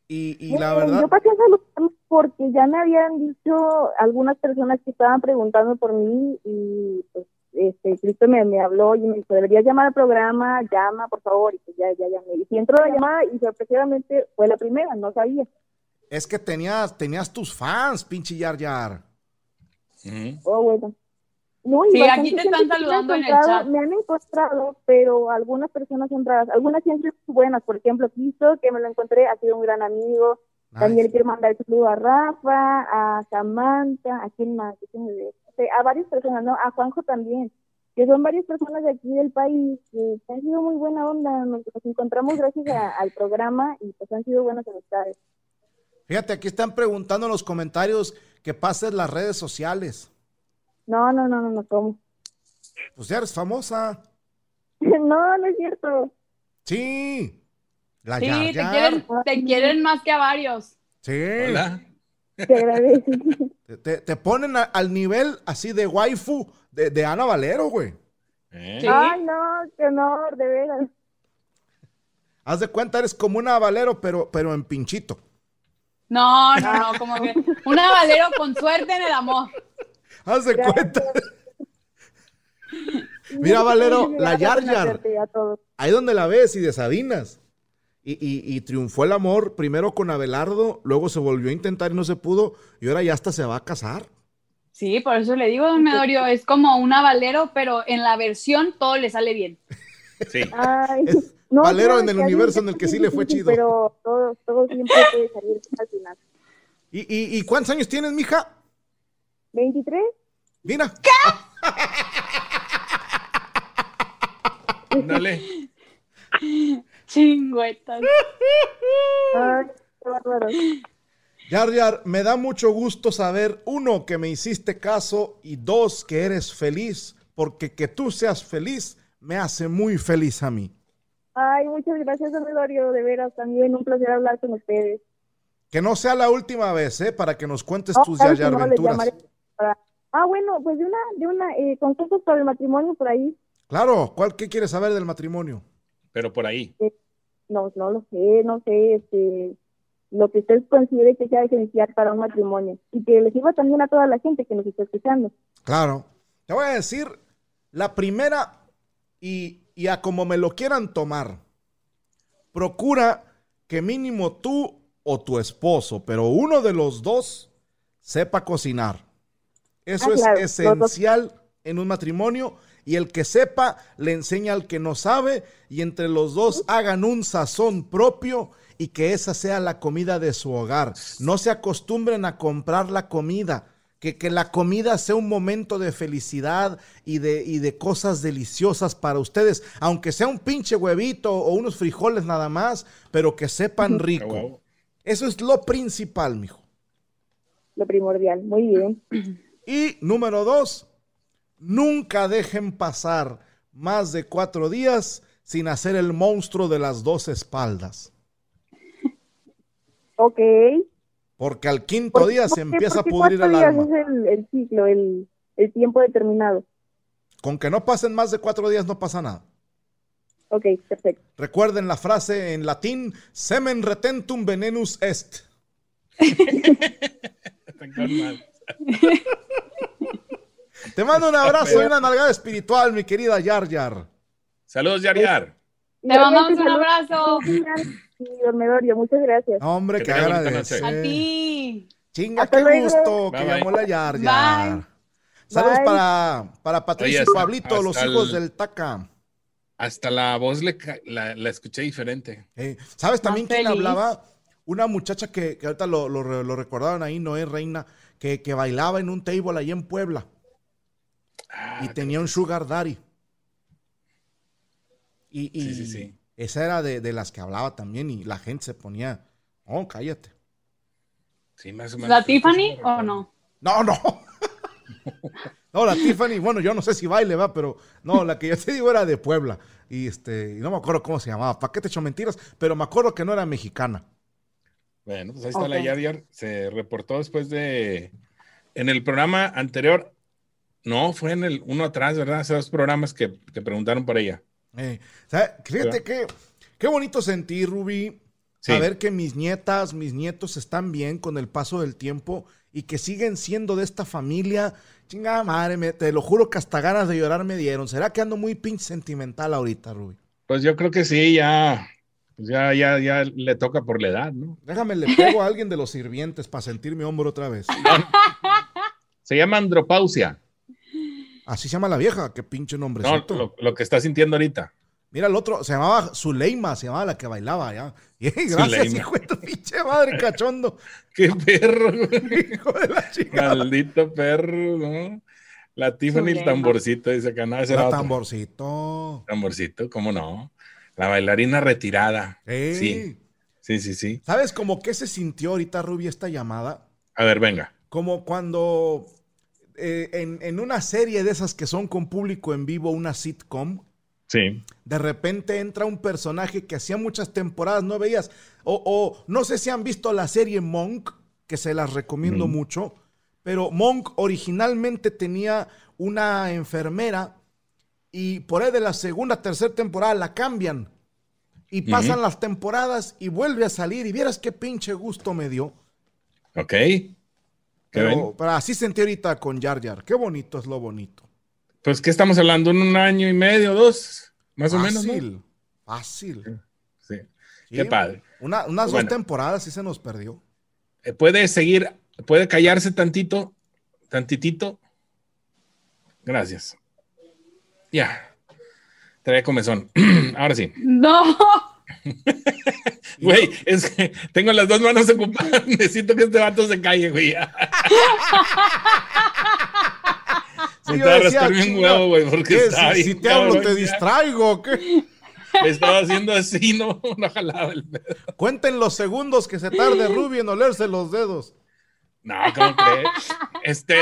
Y, y la Bueno, verdad, Yo pasé a saludarlos porque ya me habían dicho algunas personas que estaban preguntando por mí y pues este, Cristo me, me habló y me dijo, deberías llamar al programa, llama por favor. Y pues ya, ya llamé. Y si entró la llamada y sorpresivamente fue la primera, no sabía. es que tenías, tenías tus fans, pinche Yar Yar. Ujú. Oh, bueno. No, y Sí, bastante aquí te gente están que me ha saludando en el encontrado- chat. Me han encontrado, pero algunas personas son raras. Algunas siempre son buenas. Por ejemplo, Cristo, que me lo encontré, ha sido un gran amigo. También Ay, le quiero mandar un saludo a Rafa, a Samantha, a quién más, ¿Qué se me ve? Este, a varias personas, ¿no? A Juanjo también. Que son varias personas de aquí del país que han sido muy buena onda. Nos, nos encontramos gracias a- al programa y pues han sido buenas amistades. Fíjate, aquí están preguntando en los comentarios que pases las redes sociales. No, no, no, no, no, ¿cómo? Pues ya eres famosa. no, no es cierto. Sí. La Sí, Yar te Yar. quieren, te quieren más que a varios. Sí. Hola. Te agradezco. Te, te- te ponen a- al nivel así de waifu de, de Ana Valero, güey. Eh. Sí. Ay, no, qué honor, de veras. Haz de cuenta, eres como una Valero, pero, pero en pinchito. No, no, no, como que un avalero con suerte en el amor. Haz de cuenta. Mira, Valero, la Yar Yar, A todos. ahí donde la ves y de Sabinas. Y, y- y triunfó el amor primero con Abelardo, luego se volvió a intentar y no se pudo, y ahora ya hasta se va a casar. Sí, por eso le digo, don Medorio, es como un avalero, pero en la versión todo le sale bien. Sí. Ay, Es, No, Valero yo, en el que a mí universo en me el que parece sí le fue difícil, chido. Pero todo, todo siempre puede salir al final. ¿Y, y, y cuántos años tienes, mija? ¿23? Mira. Ándale. Chingüetas. Ay, qué bárbaro. Yar Yar, me da mucho gusto saber, uno, que me hiciste caso y dos, que eres feliz, porque que tú seas feliz me hace muy feliz a mí. Ay, muchas gracias, don Elorio, de veras, también un placer hablar con ustedes. Que no sea la última vez, ¿eh? Para que nos cuentes Ah, tus claro Yar que Yar no, les aventuras. llamaré para- Ah, bueno, pues de una, de una, eh, consejos para el matrimonio por ahí, Claro, ¿cuál, ¿qué quieres saber del matrimonio? Pero por ahí. no, no lo sé, no sé, este, lo que usted considere que sea esencial para un matrimonio y que les sirva también a toda la gente que nos está escuchando. Claro. Te voy a decir la primera y, y a como me lo quieran tomar. Procura que mínimo tú o tu esposo, pero uno de los dos sepa cocinar. Eso Ah, es claro, los dos. esencial en un matrimonio y el que sepa le enseña al que no sabe y entre los dos hagan un sazón propio y que esa sea la comida de su hogar. No se acostumbren a comprar la comida. Que, que la comida sea un momento de felicidad y de, y de cosas deliciosas para ustedes, aunque sea un pinche huevito o unos frijoles nada más, pero que sepan A rico. huevo. Eso es lo principal, mijo. Lo primordial, muy bien. Y número dos, nunca dejen pasar más de cuatro días sin hacer el monstruo de las dos espaldas. Ok. Porque al quinto ¿Por- día por se qué- empieza a por qué pudrir el cuatro días alma. Es el, el ciclo, el, el tiempo determinado. Con que no pasen más de cuatro días no pasa nada. Ok, perfecto. Recuerden la frase en latín, semen retentum venenus est. Está con mal. Te mando un abrazo y feo. una nalgada espiritual, mi querida Yar Yar. Saludos, Yar Yar. Te mandamos un Saludos. abrazo. Sí, don Medorio, muchas gracias. No, hombre, Que que, tenga bonita agradece. A ti. Chinga, Hasta qué luego. gusto que Bye, bye. llamó la Yar Yar. Saludos Bye. para, para Patricio Oye, y Pablito, hasta los hijos el- del Taca. Hasta la voz le ca- la, la escuché diferente. Eh, ¿Sabes también quién feliz. hablaba? Una muchacha que, que ahorita lo, lo re- lo recordaron ahí, Noé Reina, que, que bailaba en un table ahí en Puebla Ah, y tenía un sugar daddy. Y, y Sí, sí, sí. esa era de, de las que hablaba también y la gente se ponía, oh, cállate. sí, más o menos. ¿La Tiffany o no? No, no. No, la Tiffany, bueno, yo no sé si baile, va, pero no, la que yo te digo era de Puebla. Y este, y no me acuerdo cómo se llamaba, ¿para qué te echo mentiras? Pero me acuerdo que no era mexicana. Bueno, pues ahí está Ok. la Yar Yar. Se reportó después de. En el programa anterior. No, fue en el uno atrás, ¿verdad? Hace dos programas que, que preguntaron por ella. Eh, ¿sabe? Fíjate que qué bonito sentir, Ruby, Sí. saber que mis nietas, mis nietos están bien con el paso del tiempo y que siguen siendo de esta familia. Chingada madre, me- te lo juro que hasta ganas de llorar me dieron. ¿Será que ando muy pinche sentimental ahorita, Ruby? Pues yo creo que sí, ya. pues Ya, ya, ya le toca por la edad, ¿no? Déjame, le pego a alguien de los sirvientes para sentir mi hombro otra vez. Se llama andropausia. Así se llama la vieja, qué pinche nombre. No, lo, lo que está sintiendo ahorita. Mira el otro, se llamaba Zuleima, se llamaba la que bailaba ya. Y, gracias, Zuleima. hijo de tu pinche madre, cachondo. ¡Qué perro! güey! hijo de la chingada. Maldito perro, ¿no? La Tiffany el Zulema. tamborcito, dice acá. No, ese era Era otro. tamborcito. Tamborcito, ¿cómo no? La bailarina retirada. Ey. Sí, sí, sí, sí. ¿Sabes como qué se sintió ahorita, Ruby, esta llamada? A ver, venga. Como cuando eh, en, en una serie de esas que son con público en vivo, una sitcom, Sí. de repente entra un personaje que hacía muchas temporadas, no veías. O, o no sé si han visto la serie Monk, que se las recomiendo Mm. mucho, pero Monk originalmente tenía una enfermera y por ahí de la segunda, tercera temporada la cambian. Y pasan Ujú. las temporadas y vuelve a salir y vieras qué pinche gusto me dio. Ok. ¿Qué ven? Pero, pero así sentí ahorita con Jar Jar. Qué bonito es lo bonito. Pues, ¿qué estamos hablando? ¿En ¿Un año y medio, dos? Más Ah, o menos, ¿no? Fácil, Fácil. Sí. Sí, Qué padre. una- unas Bueno. dos temporadas sí se nos perdió. Eh, ¿Puede seguir? ¿Puede callarse tantito? ¿Tantitito? Gracias. Ya. Trae comezón. Ahora sí. No, Güey, es que tengo las dos manos ocupadas. Necesito que este vato se calle, güey. Se Sí, estaba yo decía, raspando un chinga, huevo, güey, porque ¿qué? está si, bien si te hablo, cabrón, te ya. distraigo. ¿qué? Le estaba haciendo así, no, no jalaba el pedo. Cuenten los segundos que se tarde Ruby en olerse los dedos. No, ¿cómo crees? Este.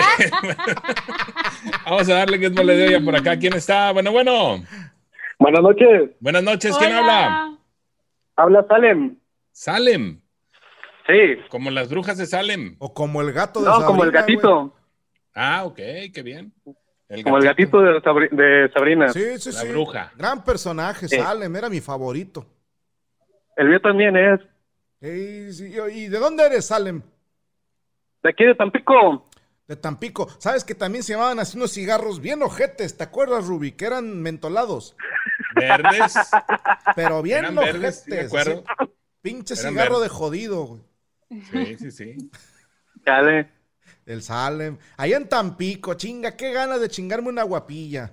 Vamos a darle que es mole de olla por acá. ¿Quién está? Bueno, bueno. Buenas noches, Buenas noches. ¿Quién hola. habla? habla Salem. Salem. Sí, Como las brujas de Salem. O como el gato de no, como el Sabrina, gatito, Ah, ok, qué bien. como el gatito de, Sabri- de Sabrina. güey. Sí, sí, La sí. bruja. Gran personaje, Sí. Salem, era mi favorito. El mío también es. Ey, sí, yo- ¿Y de dónde eres, Salem? De aquí de Tampico. De Tampico. ¿Sabes que también se llamaban así unos cigarros bien ojetes? ¿Te acuerdas, Ruby? Que eran mentolados. Verdes. Pero bien Eran ojetes. verdes, sí, de acuerdo. así, pinche Eran cigarro verdes. de jodido, güey. Sí, sí, sí. Dale. El Salem. Allá en Tampico, chinga, qué ganas de chingarme una guapilla.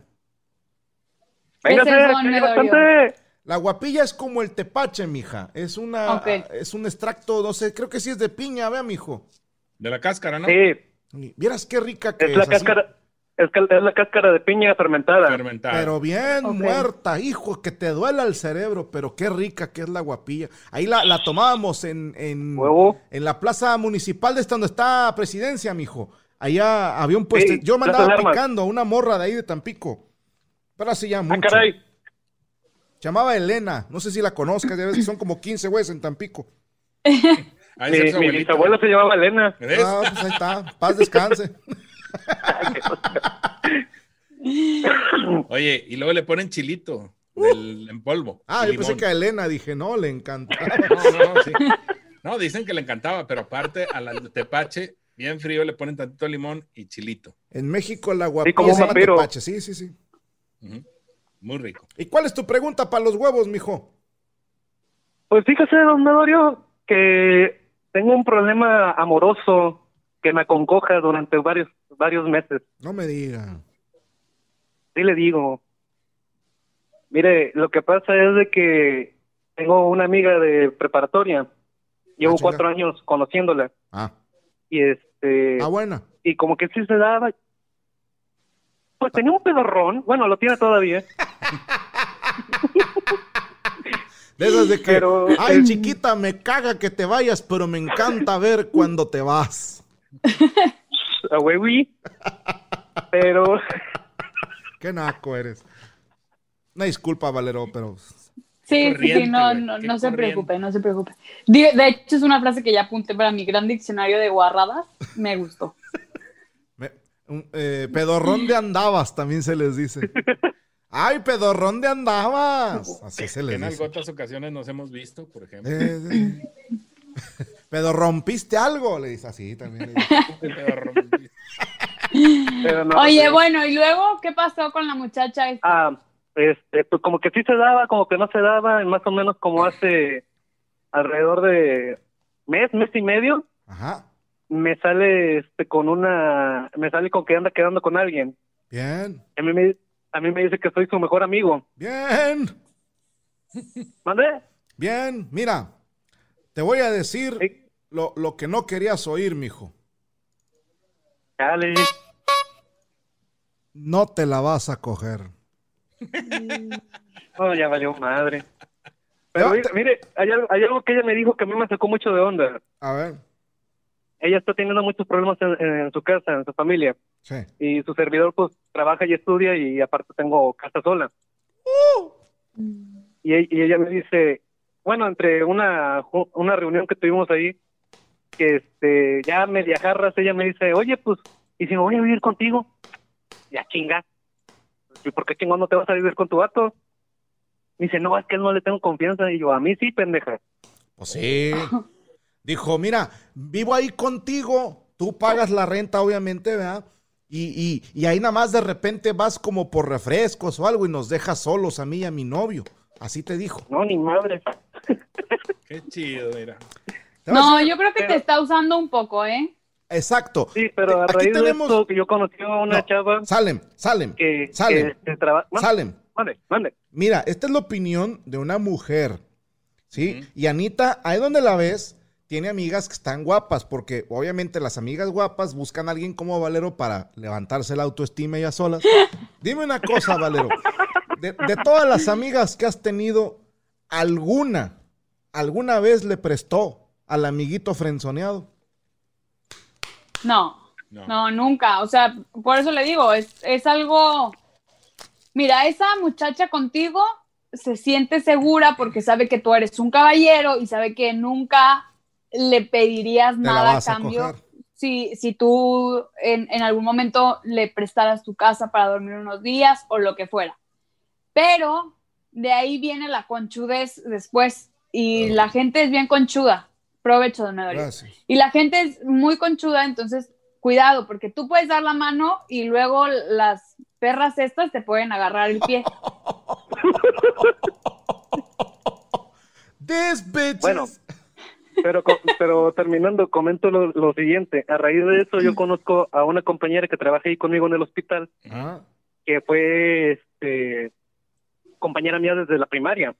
Véngase, Ese es don que hay Medorio. bastante. La guapilla es como el tepache, mija. Es una Ok. es un extracto, no sé, creo que sí es de piña, vea, mijo. De la cáscara, ¿no? Sí, Y Vieras qué rica que es es. la así, cáscara. Es, cal- es la cáscara de piña fermentada. Fermentada. Pero bien Ok. muerta, hijo, que te duela el cerebro, pero qué rica que es la guapilla. Ahí la, la tomábamos en, en, Huevo. en la plaza municipal de esta donde está presidencia, mijo. Allá había un puesto. Sí, Yo me Plaza andaba de Armas. picando a una morra de ahí de Tampico. Pero hace ya Ah, mucho. caray. Se llamaba Elena, no sé si la conozcas, ya ves que son como 15 güeyes en Tampico. Ahí Mi, está su mi Ah, abuelita. bisabuela se llamaba Elena. ¿Ves? Ah, pues ahí está, paz descanse. Oye, y luego le ponen chilito del- en polvo. Ah, y yo pensé limón. que a Elena, dije, no, le encantaba. No, no, no, sí. No, dicen que le encantaba, pero aparte a la tepache, bien frío, le ponen tantito limón y chilito. En México la guapilla Sí, como un se llama vampiro. tepache, sí, sí, sí. Ujú. Muy rico. ¿Y cuál es tu pregunta para los huevos, mijo? Pues fíjese, don Medorio, que tengo un problema amoroso que me aconcoja durante varios, varios meses. No me diga. Sí le digo. Mire, lo que pasa es de que tengo una amiga de preparatoria. Llevo Ah, chinga. cuatro años conociéndola. Ah, Y este ah buena. y como que sí se daba. Pues tenía un pedorrón. Bueno, lo tiene todavía. De esas de que, Pero- ay, chiquita, me caga que te vayas, pero me encanta ver cuando te vas. A hueví. Pero Qué naco eres. Una disculpa, Valero, pero... Sí, sí, corriente, sí, no, güey, no, qué no se corriente. preocupe, no se preocupe. Di- De hecho, es una frase que ya apunté para mi gran diccionario de guarradas. Me gustó. me- un, eh, pedorrón de andabas, también se les dice. Ay, pedorrón de andabas. Así se Que les en dice. algunas ocasiones nos hemos visto, por ejemplo. Eh, eh. Pero rompiste algo, le dice así también. le dice. pero no, Oye, sí. bueno, ¿y luego qué pasó con la muchacha? esta? Ah, este, pues como que sí se daba, como que no se daba, más o menos como hace alrededor de mes, mes y medio, Ajá, me sale este con una, me sale con que anda quedando con alguien. bien, A mí me, a mí me dice que soy su mejor amigo. bien, ¿Mande? bien. Mira, te voy a decir Sí. lo, lo que no querías oír, mijo. Dale. No te la vas a coger. No, ya valió madre. Pero mire, mire, hay algo, hay algo que ella me dijo que a mí me sacó mucho de onda. A ver, Ella está teniendo muchos problemas en- en- en su casa, en su familia. sí. y su servidor pues trabaja y estudia y aparte tengo casa sola. Y, e- y ella me dice, bueno, entre una, ju- una reunión que tuvimos ahí, que este, ya media jarras, ella me dice, oye, pues, ¿y si me voy a vivir contigo? Ya chinga. ¿Y por qué chingón no te vas a vivir con tu vato? Me dice, no, es que no le tengo confianza. Y yo, a mí sí, pendeja. Pues sí. Dijo, mira, vivo ahí contigo, tú pagas la renta, obviamente, ¿verdad? Y, y, y ahí nada más de repente vas como por refrescos o algo y nos dejas solos a mí y a mi novio. Así te dijo. No, ni madre. Qué chido, mira. Te voy a No, decir- yo creo que te está usando un poco, ¿eh? Exacto. Sí, pero a Aquí raíz de tenemos- esto, yo conocí a una No, chava Salem, Salem, que, Salem, que trabaja... Salem. mande, mande. Mira, esta es la opinión de una mujer, ¿sí? Ujú. Y Anita, ahí donde la ves, tiene amigas que están guapas, porque obviamente las amigas guapas buscan a alguien como Valero para levantarse la autoestima ellas solas. Dime una cosa, Valero. De, de todas las amigas que has tenido, ¿alguna, alguna vez le prestó al amiguito frenzoneado? No, No. no, nunca. O sea, por eso le digo, es, es algo. Mira, esa muchacha contigo se siente segura porque sabe que tú eres un caballero y sabe que nunca le pedirías Te la nada a vas a cambio. coger. si, si tú en, en algún momento le prestaras tu casa para dormir unos días o lo que fuera. Pero de ahí viene la conchudez después y Claro. la gente es bien conchuda. Provecho, don Edorio. Gracias. Y la gente es muy conchuda, entonces cuidado, porque tú puedes dar la mano y luego las perras estas te pueden agarrar el pie. This bitch. Bueno, is- pero, co- pero terminando, comento lo, lo siguiente. A raíz de eso, Mm. yo conozco a una compañera que trabaja ahí conmigo en el hospital, Ah, que fue este, compañera mía desde la primaria.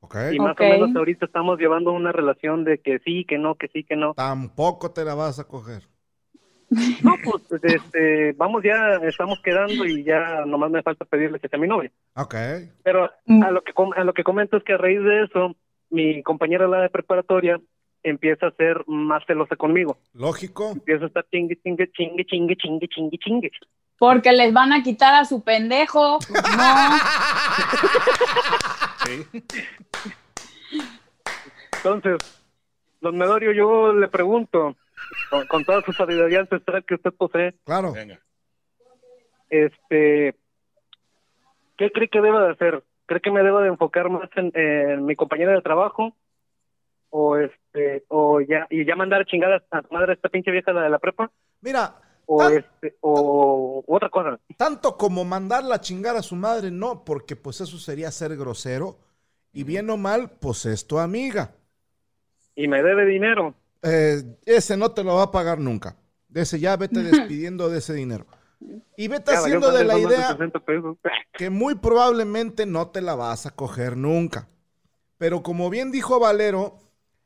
ok. Y más Ok. o menos ahorita estamos llevando una relación de que sí, que no, que sí, que no. Tampoco te la vas a coger. No, pues este, vamos ya, estamos quedando y ya nomás me falta pedirle que sea mi novia. Ok. Pero Mm. a lo que com- a lo que comento es que a raíz de eso, mi compañera la de preparatoria empieza a ser más celosa conmigo. Lógico. Empieza a estar chingue, chingue, chingue, chingue, chingue, chingue, chingue. Porque les van a quitar a su pendejo. Pues no. Entonces, don Medorio, yo le pregunto, con, con toda su sabiduría ancestral que usted posee, Claro. Venga. este, ¿qué cree que deba de hacer? ¿Cree que me deba de enfocar más en, en mi compañera de trabajo? O este, o ya, y ya mandar chingadas a tu madre esta pinche vieja la de la prepa, Mira, o tan- este, o otra cosa. tanto como mandarla a chingar a su madre, no, porque pues eso sería ser grosero. Y bien o mal, pues es tu amiga. Y me debe dinero. Eh, ese no te lo va a pagar nunca. De ese ya vete despidiendo de ese dinero. Y vete Ya valió haciendo de madre, la son más idea 60 pesos. que muy probablemente no te la vas a coger nunca. Pero como bien dijo Valero,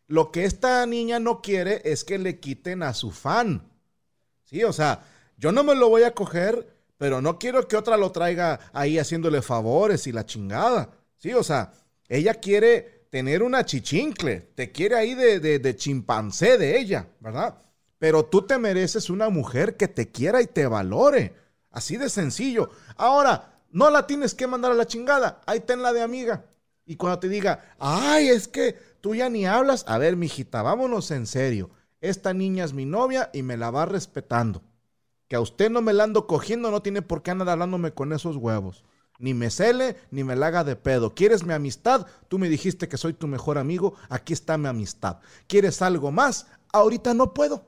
lo que esta niña no quiere es que le quiten a su fan. Sí, o sea, yo no me lo voy a coger, pero no quiero que otra lo traiga ahí haciéndole favores y la chingada. Sí, o sea, ella quiere tener una chichincle, te quiere ahí de, de- de chimpancé de ella, ¿verdad? Pero tú te mereces una mujer que te quiera y te valore. Así de sencillo. Ahora, no la tienes que mandar a la chingada. Ahí tenla de amiga. Y cuando te diga, ay, es que tú ya ni hablas. A ver, mijita, vámonos en serio. Esta niña es mi novia y me la va respetando. Que a usted no me la ando cogiendo, no tiene por qué andar hablándome con esos huevos. Ni me cele, ni me la haga de pedo. ¿Quieres mi amistad? Tú me dijiste que soy tu mejor amigo. Aquí está mi amistad. ¿Quieres algo más? Ahorita no puedo.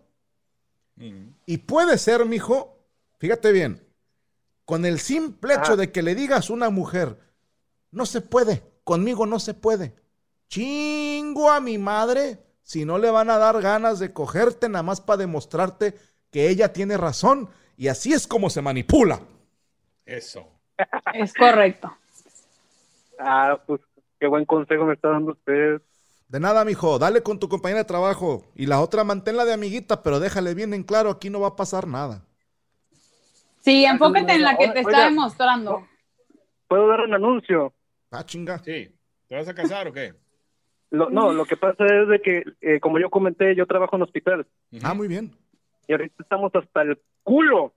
Mm. Y puede ser, mijo, fíjate bien, con el simple hecho Ah. de que le digas a una mujer, no se puede, conmigo no se puede. Chingo a mi madre si no le van a dar ganas de cogerte nada más para demostrarte que ella tiene razón y así es como se manipula. Eso. Es correcto. Ah, pues qué buen consejo me está dando usted. De nada, mijo, dale con tu compañera de trabajo y la otra manténla de amiguita, pero déjale bien en claro, aquí no va a pasar nada. Sí, enfócate en la que te Oiga. está demostrando. ¿Puedo dar un anuncio? Ah, chinga. Sí. ¿Te vas a casar o qué? Lo- no, lo que pasa es de que, eh, como yo comenté, yo trabajo en hospital Ah, muy bien. y ahorita estamos hasta el culo.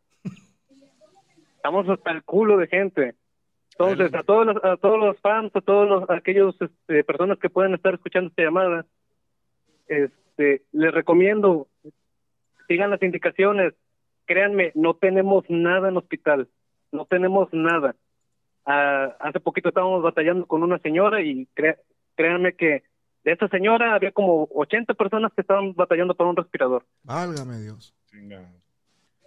Estamos hasta el culo de gente. Entonces, a todos los, a todos los fans, a todos los, a aquellos este, personas que pueden estar escuchando esta llamada, este, les recomiendo sigan las indicaciones. Créanme, no tenemos nada en hospital, no tenemos nada. Ah, hace poquito estábamos batallando con una señora y crea- créanme que de esa señora había como 80 personas que estaban batallando por un respirador. Válgame Dios. Venga.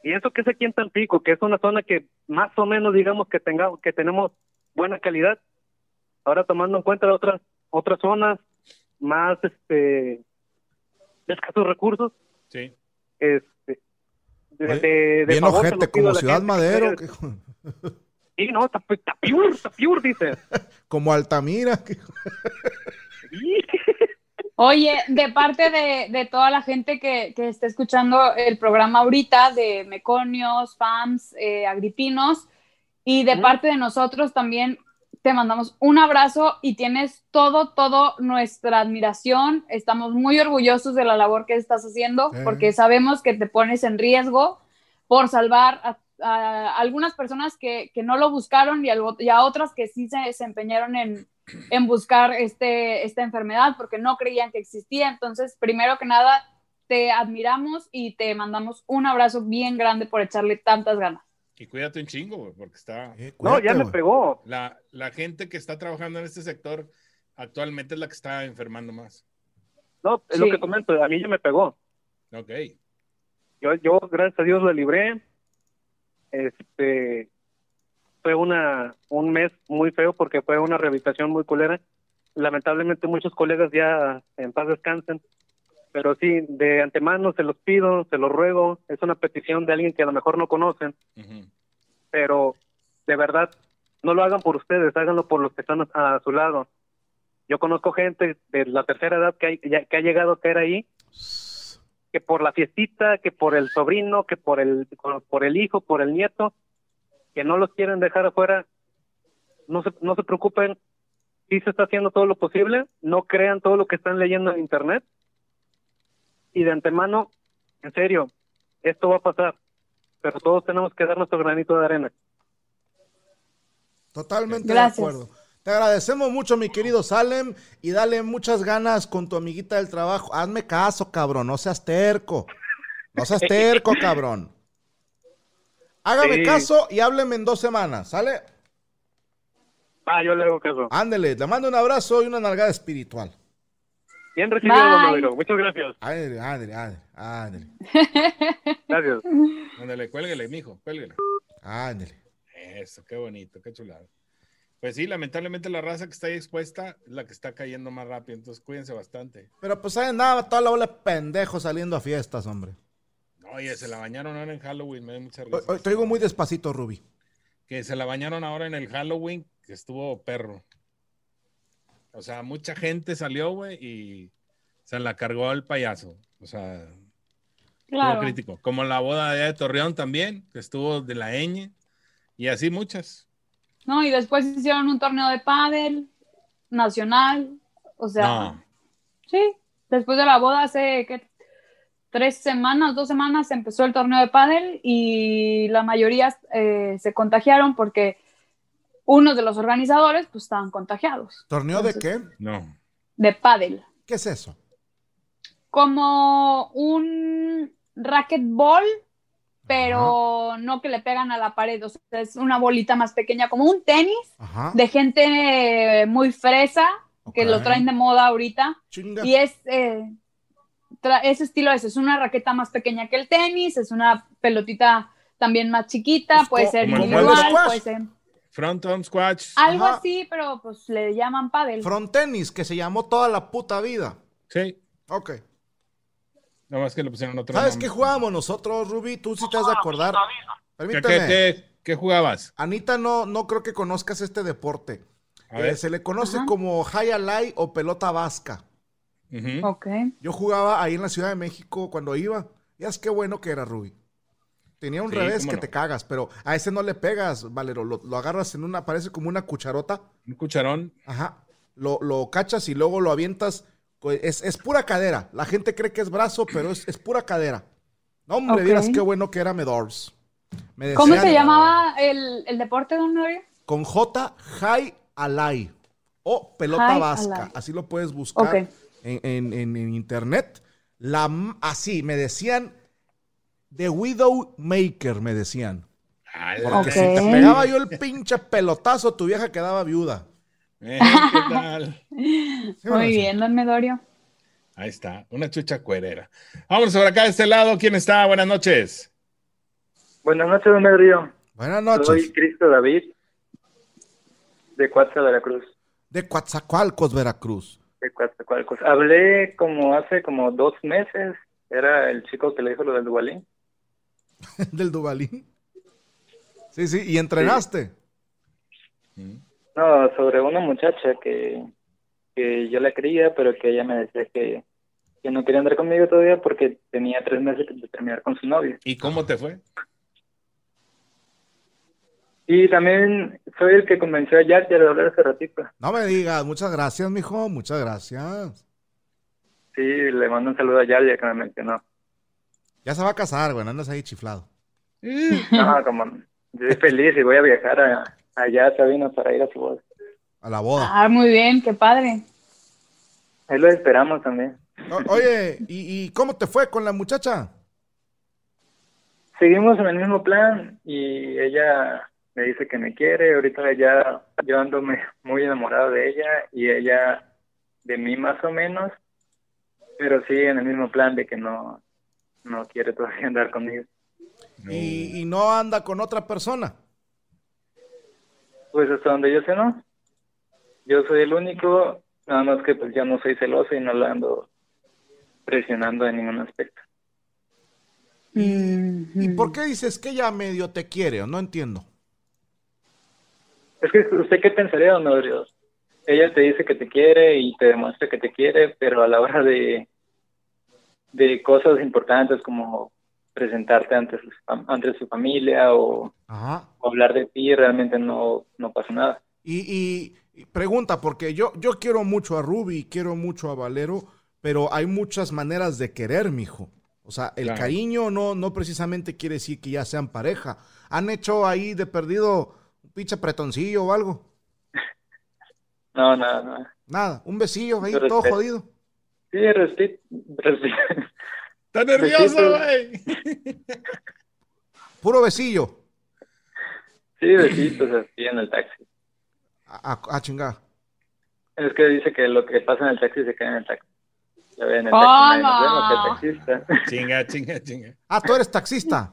Y eso que es aquí en Tampico, que es una zona que más o menos digamos que tengamos, que tenemos buena calidad. Ahora tomando en cuenta otras otras zonas más este de escasos recursos, Sí. este de, Oye, de- de Bien favor se lo ojete, pido a como la Ciudad gente que Madero. quiera- que- Sí, no, está, pe- está peor, está peor, dice. Como Altamira. que- Sí. Oye, de parte de, de toda la gente que, que está escuchando el programa ahorita de Meconios, FAMS, eh, Agripinos, y de Ujú. parte de nosotros también te mandamos un abrazo y tienes todo, todo nuestra admiración. Estamos muy orgullosos de la labor que estás haciendo Sí. porque sabemos que te pones en riesgo por salvar a, a algunas personas que, que no lo buscaron y, algo- y a otras que sí se, se empeñaron en, en buscar este, esta enfermedad porque no creían que existía. Entonces, primero que nada, te admiramos y te mandamos un abrazo bien grande por echarle tantas ganas. Y cuídate un chingo, güey, porque está. Eh, No, cuídate, ya me güey. pegó. La, la gente que está trabajando en este sector actualmente es la que está enfermando más. No, es Sí. lo que comento, a mí ya me pegó. Ok. Yo, yo gracias a Dios, la libré. Este, fue una, un mes muy feo porque fue una rehabilitación muy culera. Lamentablemente muchos colegas ya en paz descansen. Pero sí, de antemano se los pido, se los ruego. Es una petición de alguien que a lo mejor no conocen, Ujú. pero de verdad, no lo hagan por ustedes, háganlo por los que están a, a su lado. Yo conozco gente de la tercera edad que, hay- ya- que ha llegado a caer ahí que por la fiestita, que por el sobrino, que por el por el hijo, por el nieto, que no los quieren dejar afuera, no se, no se preocupen, sí se está haciendo todo lo posible, no crean todo lo que están leyendo en internet y de antemano, en serio, esto va a pasar, pero todos tenemos que dar nuestro granito de arena. Totalmente Gracias. de acuerdo. Te agradecemos mucho, mi querido Salem, y dale muchas ganas con tu amiguita del trabajo. Hazme caso, cabrón, no seas terco. No seas terco, cabrón. Hágame Sí. caso y hábleme en dos semanas, ¿sale? Ah, yo le hago caso. Ándele, le mando un abrazo y una nalgada espiritual. Bien recibido, don Bye. Madero. Muchas gracias. Ándele, ándele, ándele, ándele, Gracias. Ándale, cuélguele, mijo, cuélguele. ándele. Eso, qué bonito, qué chulada. Pues sí, lamentablemente la raza que está ahí expuesta es la que está cayendo más rápido, entonces cuídense bastante. Pero pues saben nada, toda la bola de pendejos saliendo a fiestas, hombre. Oye, se la bañaron ahora en Halloween, me da mucha risa. Hoy, hoy te digo muy despacito, Ruby. que se la bañaron ahora en el Halloween, que estuvo perro. O sea, mucha gente salió, güey, y se la cargó al payaso. O sea, estuvo crítico. Como la boda de Torreón también, que estuvo de la ñ, y así muchas. No, y después hicieron un torneo de pádel nacional, o sea, No, sí, después de la boda hace ¿qué? tres semanas, dos semanas empezó el torneo de pádel y la mayoría eh, se contagiaron porque unos de los organizadores pues estaban contagiados ¿Torneo de qué? no. de pádel, ¿Qué es eso? como un racquetball, pero no que le pegan a la pared, o sea, es una bolita más pequeña, como un tenis Ajá. de gente eh, muy fresa, que lo Ok. traen de moda ahorita. Chinga. Y es eh, tra- ese estilo es, es una raqueta más pequeña que el tenis, es una pelotita también más chiquita, Pues puede co- ser como el individual, squash. puede ser Front on squash. algo Ajá. así, pero pues le llaman pádel. Frontenis, que se llamó toda la puta vida. Sí, Ok. nada más que le pusieron otro ¿Sabes nombre. qué jugábamos nosotros, Ruby? Tú sí te has de acordar. ¿Qué, Permíteme. qué, qué- qué jugabas? Anita, no, no creo que conozcas este deporte. A Eh, ver. se le conoce Ajá. como high alay o pelota vasca. Ujú. Ok. Yo jugaba ahí en la Ciudad de México cuando iba. Ya es qué bueno que era Ruby. Tenía un Sí, revés cómo que no. te cagas, pero a ese no le pegas, Valero. Lo, lo agarras en una, parece como una cucharota. Un cucharón. Ajá. Lo, lo cachas y luego lo avientas. Co- Es, es pura cadera. La gente cree que es brazo, pero es, es pura cadera. No, hombre, Ok. vieras qué bueno que era Medors. Me ¿Cómo decían se llamaba el, el deporte, don Mario? Con J, High Alay. O pelota High vasca. Alay. Así lo puedes buscar Ok. en, en- en- en internet. La, m- así, me decían The Widow Maker, me decían. Ah, la- Porque si te Ok. pegaba yo el pinche pelotazo, tu vieja quedaba viuda. Eh, ¿qué tal? ¿Sí o no? Muy bien, don Medorio. Ahí está, una chucha cuerera. Vamos por acá de este lado. ¿Quién está? Buenas noches. Buenas noches, don Medrío. Buenas noches. Soy Cristo David, de Cuatro, Veracruz. De Coatzacoalcos, Veracruz. De Coatzacoalcos. Hablé como hace como dos meses. Era el chico que le dijo lo del Dubalín. del Dubalín. Sí, sí, y entrenaste. No, sobre una muchacha que, que yo la quería, pero que ella me decía que, que no quería andar conmigo todavía porque tenía tres meses de terminar con su novio. ¿Y cómo te fue? Y también soy el que convenció a Jack de hablar hace ratito. No me digas, muchas gracias, mijo, muchas gracias. Sí, le mando un saludo a Yaya que me mencionó. Ya se va a casar, güey, no andas ahí chiflado. No, como yo soy feliz y voy a viajar a, allá a Sabino para ir a su boda. A la boda. Ah, muy bien, qué padre. Ahí lo esperamos también. O- oye, ¿y, y cómo te fue con la muchacha? Seguimos en el mismo plan y ella me dice que me quiere. Ahorita ya yo ando me- muy enamorado de ella y ella de mí más o menos, pero sí en el mismo plan de que no, no quiere todavía andar conmigo. Y, y no anda con otra persona. Pues hasta donde yo sé, no. Yo soy el único, nada más que pues yo no soy celoso y no la ando presionando en ningún aspecto. Mm. Mm. ¿Y por qué dices que ella medio te quiere? No entiendo. Es que usted qué pensaría, don Rodrigo? Ella te dice que te quiere y te demuestra que te quiere, pero a la hora de, de cosas importantes como presentarte ante, sus fam- ante su familia o, Ajá. o hablar de ti, realmente no, no pasa nada. Y, y- y pregunta, porque yo, yo quiero mucho a Ruby, quiero mucho a Valero, pero hay muchas maneras de querer, mijo. O sea, el Claro. cariño no, no precisamente quiere decir que ya sean pareja. ¿Han hecho ahí de perdido un pinche pretoncillo o algo? No, nada, nada. Nada, un besillo ahí, Yo todo respeto. jodido. Sí, respeto. respeto. ¡Está nervioso, güey! Puro besillo. Sí, besitos así en el taxi. A, a- a chingar. Es que dice que lo que pasa en el taxi se queda en el taxi. Ya ven, en el taxi ¡Hola! nadie nos vemos, que el taxista. Chinga, chinga, chinga. Ah, tú eres taxista.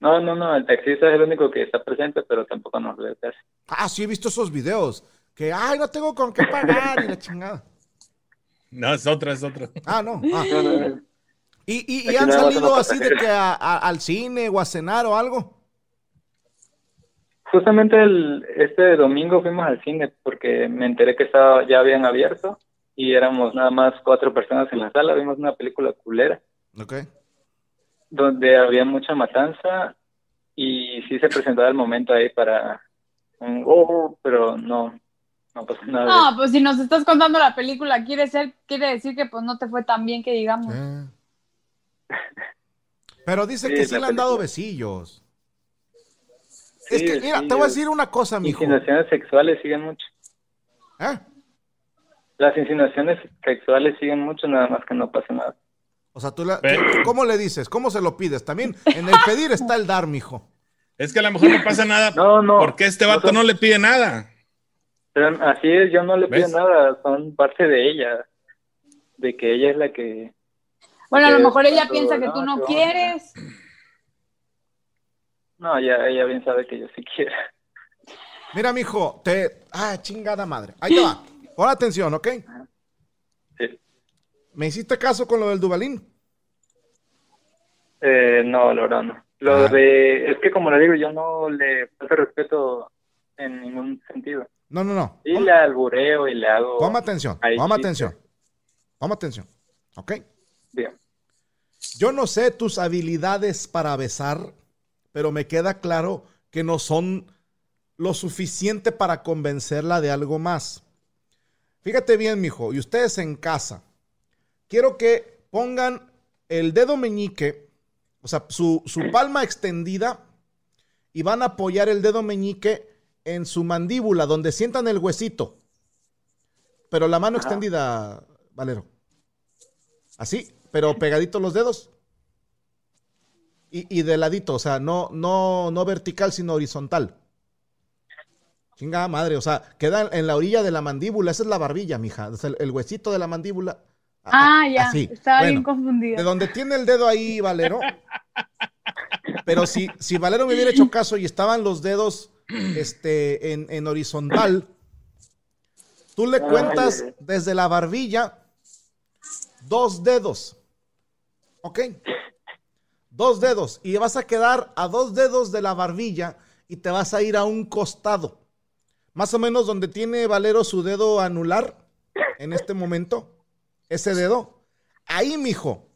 No, no, no, el taxista es el único que está presente, pero tampoco nos ve casi. Ah, sí, he visto esos videos. Que, ay, no tengo con qué pagar y la chingada. No, es otro, es otro. Ah, no. ah. No, no, no. ¿Y, y- y Aquí han nada más salido somos así de que a- a- al cine o a cenar o algo? Justamente el, este domingo fuimos al cine porque me enteré que estaba, ya habían abierto y éramos nada más cuatro personas en la sala. Vimos una película culera Ok. donde había mucha matanza y sí se presentaba el momento ahí para un oh, pero no, no pasó nada. de eso. No, pues si nos estás contando la película, quiere ser, quiere decir que pues no te fue tan bien que ¿Eh? digamos. Pero dice Sí, que sí la le han dado película. besillos. Sí, es que, mira, te besillos. voy a decir una cosa, mijo. Insinuaciones sexuales siguen mucho. ¿Eh? Las insinuaciones sexuales siguen mucho, nada más que no pasa nada. O sea, tú la- Pero- tú- ¿cómo le dices? ¿Cómo se lo pides? También en el pedir está el dar, mijo. Es que a lo mejor no pasa nada No, no. porque este vato son- no le pide nada. Pero así es, yo no le pido ¿Ves? nada, son parte de ella, de que ella es la que... Bueno, a lo Porque mejor ella cuando- piensa que tú no, no no, quieres. No, ella, ella bien sabe que yo sí quiero. Mira, mijo, te. Ah, chingada madre. Ahí te va. Pon atención, ¿ok? Sí. ¿Me hiciste caso con lo del Dubalín? Eh, no, la verdad no. Lo Ah. de... Es que como le digo, yo no le falta respeto en ningún sentido. No, no, no. Sí le albureo y le hago... Pon atención, Ahí pon sí. atención. Pon atención. ¿Ok? Bien. Yo no sé tus habilidades para besar, pero me queda claro que no son lo suficiente para convencerla de algo más. Fíjate bien, mijo, y ustedes en casa, quiero que pongan el dedo meñique, o sea, su, su palma extendida, y van a apoyar el dedo meñique en su mandíbula, donde sientan el huesito. Pero la mano extendida, Valero. Así, pero pegaditos los dedos. Y, y de ladito, o sea, no, no, no vertical, sino horizontal. Chingada madre, o sea, queda en la orilla de la mandíbula, esa es la barbilla, mija, o sea, el, el huesito de la mandíbula. a- a- Ah, ya, así. estaba Bueno, bien de confundida. donde tiene el dedo ahí, Valero. Pero si, si Valero me hubiera hecho caso y estaban los dedos este, en, en horizontal, tú le cuentas desde la barbilla dos dedos. ¿Ok? Dos dedos. Y vas a quedar a dos dedos de la barbilla y te vas a ir a un costado. Más o menos donde tiene Valero su dedo anular en este momento, ese dedo. Ahí, mijo,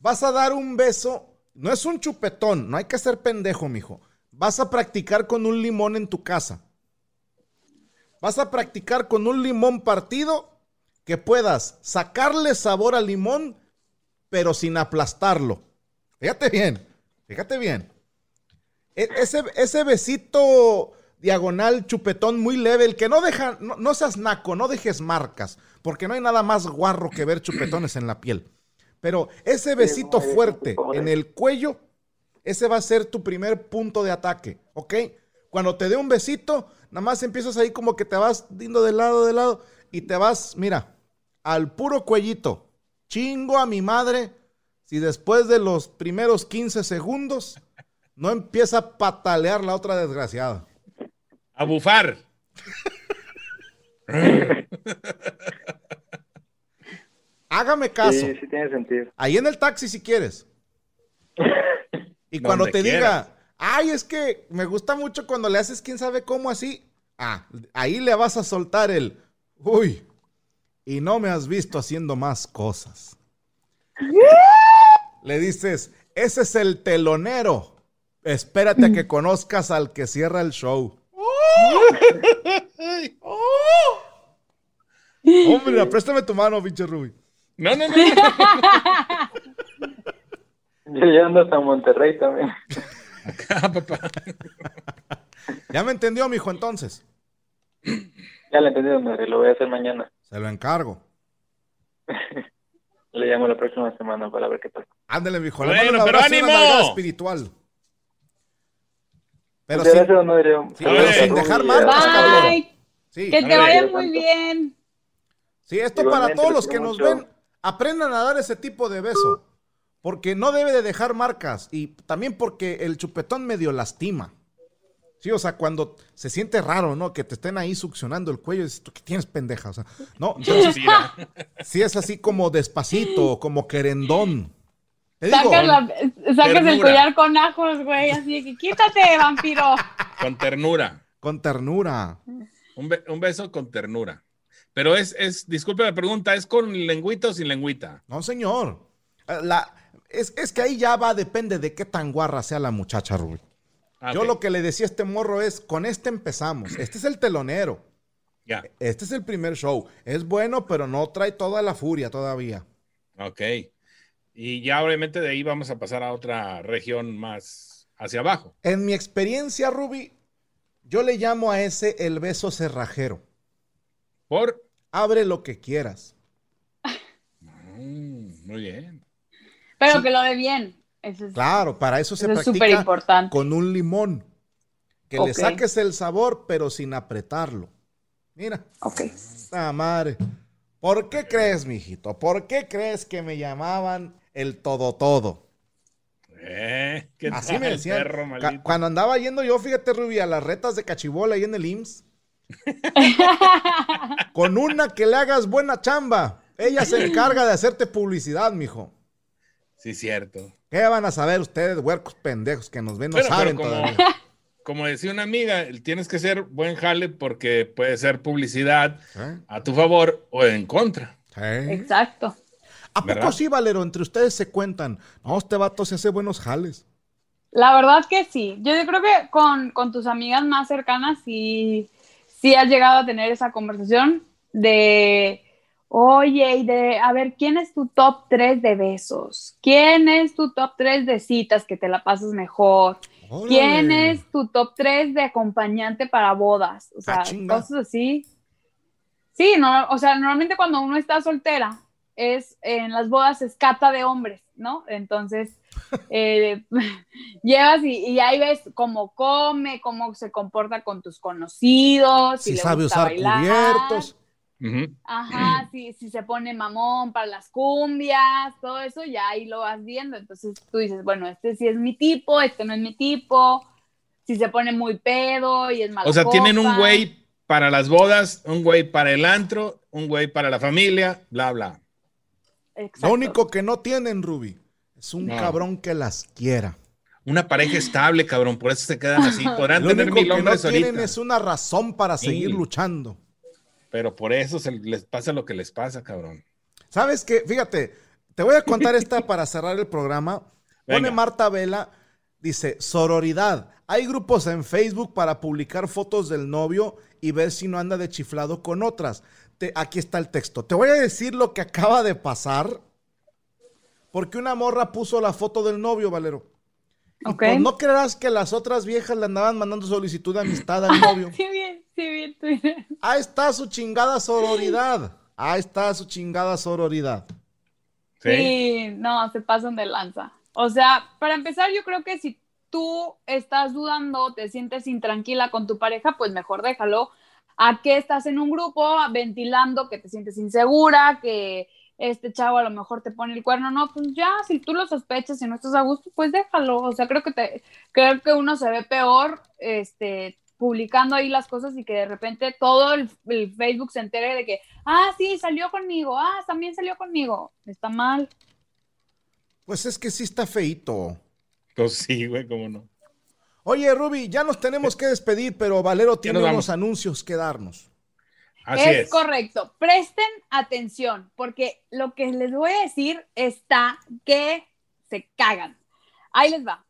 vas a dar un beso. No es un chupetón, no hay que ser pendejo, mijo. Vas a practicar con un limón en tu casa. Vas a practicar con un limón partido que puedas sacarle sabor al limón, pero sin aplastarlo. Fíjate bien, fíjate bien. E- ese, ese besito diagonal, chupetón muy leve, el que no deja, no, no seas naco, no dejes marcas, porque no hay nada más guarro que ver chupetones en la piel. Pero ese besito fuerte en el cuello, ese va a ser tu primer punto de ataque, ¿ok? Cuando te dé un besito, nada más empiezas ahí como que te vas dando de lado, de lado, y te vas, mira, al puro cuellito. Chingo a mi madre si después de los primeros 15 segundos no empieza a patalear la otra desgraciada. A bufar. Hágame caso. Sí, sí tiene sentido. Ahí en el taxi si quieres. Y cuando Donde te quieras. diga, ay, es que me gusta mucho cuando le haces quién sabe cómo así. Ah, ahí le vas a soltar el, uy, y no me has visto haciendo más cosas. le dices, ese es el telonero. Espérate a que conozcas al que cierra el show. Hombre, préstame tu mano, pinche Ruby. No, no, no. Yo ya ando hasta Monterrey también. Ah, papá. Ya me entendió, mijo, entonces. Ya lo entendí, don Rodrigo, lo voy a hacer mañana. Se lo encargo. Le llamo la próxima semana para ver qué pasa. Ándale, mijo. Bueno, le mando un pero abrazo y una ánimo. nalgada espiritual. Pero Muchas sin, gracias, don Rodrigo. sí, pero Saludos a sin Ruby dejar y a- marcas, cabrón. Bye. sí, Que te Ándale. vaya muy bien. sí, esto para Igualmente, todos los los que quiero nos mucho. ven, aprendan a dar ese tipo de beso. Porque no debe de dejar marcas. Y también porque el chupetón medio lastima. Sí, o sea, cuando se siente raro, ¿no? Que te estén ahí succionando el cuello y dices, ¿tú qué tienes, pendeja? O sea, no, entonces, Mira, sí es así como despacito, como querendón. Te digo, Sacas, la- sacas el Ternura. collar con ajos, güey. Así de que quítate, vampiro. con ternura. con ternura. Un, be- un beso con ternura. Pero es, es, disculpe la pregunta, ¿es con lengüita o sin lengüita? No, señor. Eh, La, es, es que ahí ya va, depende de qué tan guarra sea la muchacha, Rubí. Ah, Yo ok, lo que le decía a este morro es, con este empezamos. Este es el telonero. Ya, Este es el primer show. Es bueno, pero no trae toda la furia todavía. ok. Y ya obviamente de ahí vamos a pasar a otra región más hacia abajo. En mi experiencia, Ruby, yo le llamo a ese el beso cerrajero. Por... Abre lo que quieras. Mm, muy bien. Pero que lo dé bien. Eso es Claro, para eso se eso es súper practica importante. con un limón. Que le Ok. saques el sabor, pero sin apretarlo. Mira. Ok. Ah, madre. ¿Por qué crees, mijito? ¿Por qué crees que me llamaban el todo todo? Eh, ¿qué Así tal, me decían. perro Ca- maldito? Cuando andaba yendo yo, fíjate, Rubí, a las retas de cachibola ahí en el IMSS. Con una que le hagas buena chamba. Ella se encarga de hacerte publicidad, mijo. Sí, cierto. ¿Qué van a saber ustedes, huercos pendejos que nos ven? No Bueno, pero saben como- todavía. Como decía una amiga, tienes que ser buen jale porque puede ser publicidad ¿Eh? a tu favor o en contra. ¿Eh? Exacto. ¿A poco ¿Verdad? sí, Valero? Entre ustedes se cuentan. No, este vato se hace buenos jales. La verdad que sí. Yo creo que con, con tus amigas más cercanas sí, sí has llegado a tener esa conversación de, oye, y de, a ver, ¿quién es tu top 3 de besos? ¿Quién es tu top 3 de citas que te la pasas mejor? ¿Quién Órale. es tu top 3 de acompañante para bodas? O sea, Ah, chinga. cosas así. Sí, no, o sea, normalmente cuando uno está soltera, es en las bodas es cata de hombres, ¿no? Entonces, eh, llevas y, y ahí ves cómo come, cómo se comporta con tus conocidos, si, Si le sabe gusta usar bailar. cubiertos. Ujú. Ajá, si, si se pone mamón para las cumbias, todo eso, ya ahí lo vas viendo. Entonces tú dices, bueno, este sí es mi tipo, este no es mi tipo. Si se pone muy pedo y es malo. O sea, tienen un güey para las bodas, un güey para el antro, un güey para la familia, bla, bla. Lo único que no tienen, Ruby, es un No. cabrón que las quiera. una pareja estable, cabrón. Por eso se quedan así. Podrán Lo tener único mil que no hombres tienen ahorita, es una razón para Sí. seguir luchando. pero por eso se les pasa lo que les pasa, cabrón. ¿Sabes qué? Fíjate, te voy a contar esta para cerrar el programa. Pone Venga. Marta Vela, dice, sororidad. Hay grupos en Facebook para publicar fotos del novio y ver si no anda de chiflado con otras. Te- aquí está el texto. Te voy a decir lo que acaba de pasar. Porque una morra puso la foto del novio, Valero. Y Ok. pues no creerás que las otras viejas le andaban mandando solicitud de amistad al novio. Sí, bien, sí, bien. Twitter. Ahí está su chingada sororidad. Ahí está su chingada sororidad. Sí. Sí, no, se pasan de lanza. O sea, para empezar, yo creo que si tú estás dudando, te sientes intranquila con tu pareja, pues mejor déjalo. ¿A qué estás en un grupo ventilando que te sientes insegura, que este chavo a lo mejor te pone el cuerno? No, pues ya, si tú lo sospechas y no estás a gusto, pues déjalo. O sea, creo que te, creo que uno se ve peor este, publicando ahí las cosas y que de repente todo el, el Facebook se entere de que, ah, sí, salió conmigo, ah, también salió conmigo. Está mal. Pues es que sí está feito. Pues sí, güey, cómo no. Oye, Ruby, ya nos tenemos que despedir, pero Valero tiene nos unos vamos. anuncios que darnos. Así es, es. correcto. Presten atención, porque lo que les voy a decir está que se cagan. Ahí les va.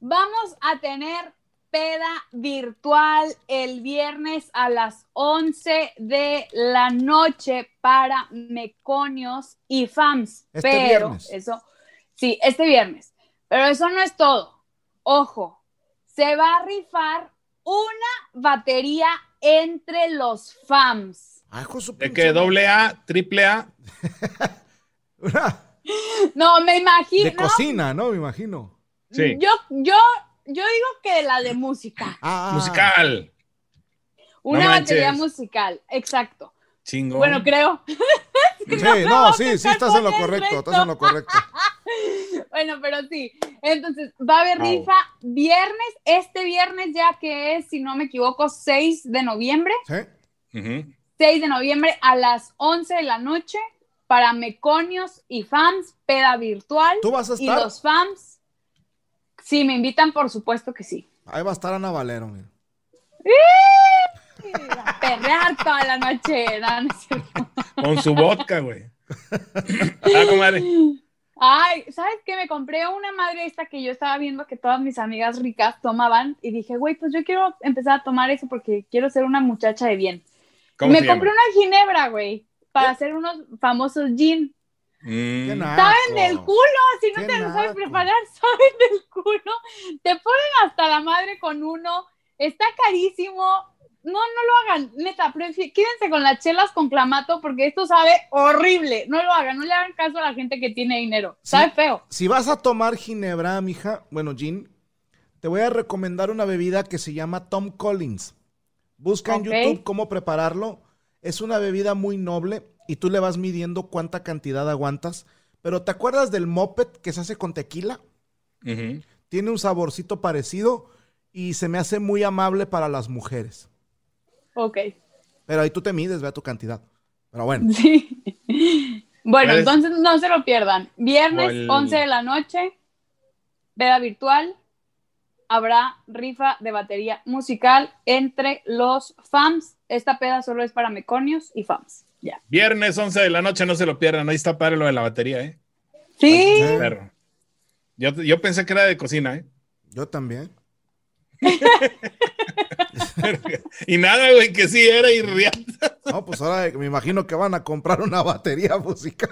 Vamos a tener peda virtual el viernes a las 11 de la noche para meconios y fams. Este pero viernes. eso, sí, este viernes. Pero eso no es todo. Ojo, se va a rifar una batería entre los fams. Ay, Ah, hijo su De pinche que madre. doble A, triple A, Una No, me imagino. De cocina, ¿no? Me imagino. sí. Yo, yo, yo digo que la de música. Ah, musical. Una manches. batería musical, exacto. Chingón. Bueno, creo. Sí, no, sí, sí, estás en lo con el correcto, resto. estás en lo correcto. Bueno, pero sí. Entonces, va a haber Wow. rifa viernes, este viernes ya que es, si no me equivoco, 6 de noviembre. ¿Sí? 6 de noviembre a las 11 de la noche para meconios y fans, peda virtual. ¿Tú vas a Y estar? los fans, si me invitan, por supuesto que sí. Ahí va a estar Ana Valero. mira. A Perrear toda la noche. No, no es cierto. Ujú. Con su vodka, güey. ah, comadre. Ay, ¿sabes qué? Me compré una madre esta que yo estaba viendo que todas mis amigas ricas tomaban y dije, güey, pues yo quiero empezar a tomar eso porque quiero ser una muchacha de bien. ¿Cómo me se compré llama? ¿Eh? una ginebra, güey, para hacer unos famosos gin. Mm, Qué Saben del nacos. culo, si no Qué te lo sabes naco. preparar, saben del culo. Te ponen hasta la madre con uno, está carísimo. No, no lo hagan, neta, prefi- quédense con las chelas con clamato porque esto sabe horrible. No lo hagan, no le hagan caso a la gente que tiene dinero. Sí. Sabe feo. Si vas a tomar ginebra, mija, bueno, gin, te voy a recomendar una bebida que se llama Tom Collins. Busca Ok. en YouTube cómo prepararlo. Es una bebida muy noble y tú le vas midiendo cuánta cantidad aguantas. Pero ¿te acuerdas del moped que se hace con tequila? ujú. Tiene un saborcito parecido y se me hace muy amable para las mujeres. Ok, Pero ahí tú te mides, vea tu cantidad. Pero bueno, sí. Bueno, Pues- entonces no se lo pierdan. Viernes, Ol- 11 de la noche, veda virtual. Habrá rifa de batería musical entre los fans. Esta peda solo es para meconios y fans. Ya. Viernes 11 de la noche, no se lo pierdan. Ahí está padre lo de la batería, ¿eh? Sí, eh, Perro. Yo, yo pensé que era de cocina, ¿eh? yo también. Y nada, güey, que sí era y ría. No, pues ahora me imagino que van a comprar una batería musical.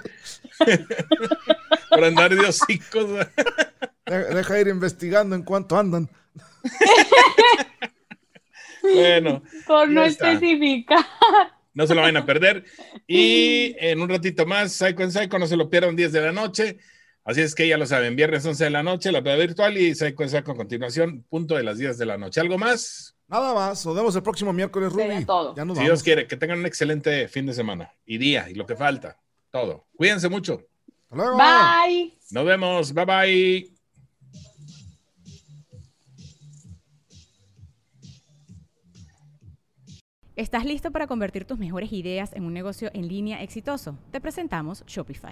por andar de hocicos. güey. De- Deja ir investigando en cuánto andan. Bueno, por no Ya está. especificar. no se lo vayan a perder. Y en un ratito más, Psycho en Psycho, no se lo pierdan 10 de la noche. Así es que ya lo saben, viernes 11 de la noche, la peda virtual y Psycho en Psycho a continuación, punto de las 10 de la noche. ¿Algo más? Nada más, nos vemos el próximo miércoles, Sería Ruby. todo. Ya nos Si vamos. Dios quiere, que tengan un excelente fin de semana y día y lo que falta, todo. Cuídense mucho. Hasta luego. Bye. Nos vemos. Bye bye. ¿Estás listo para convertir tus mejores ideas en un negocio en línea exitoso? Te presentamos Shopify.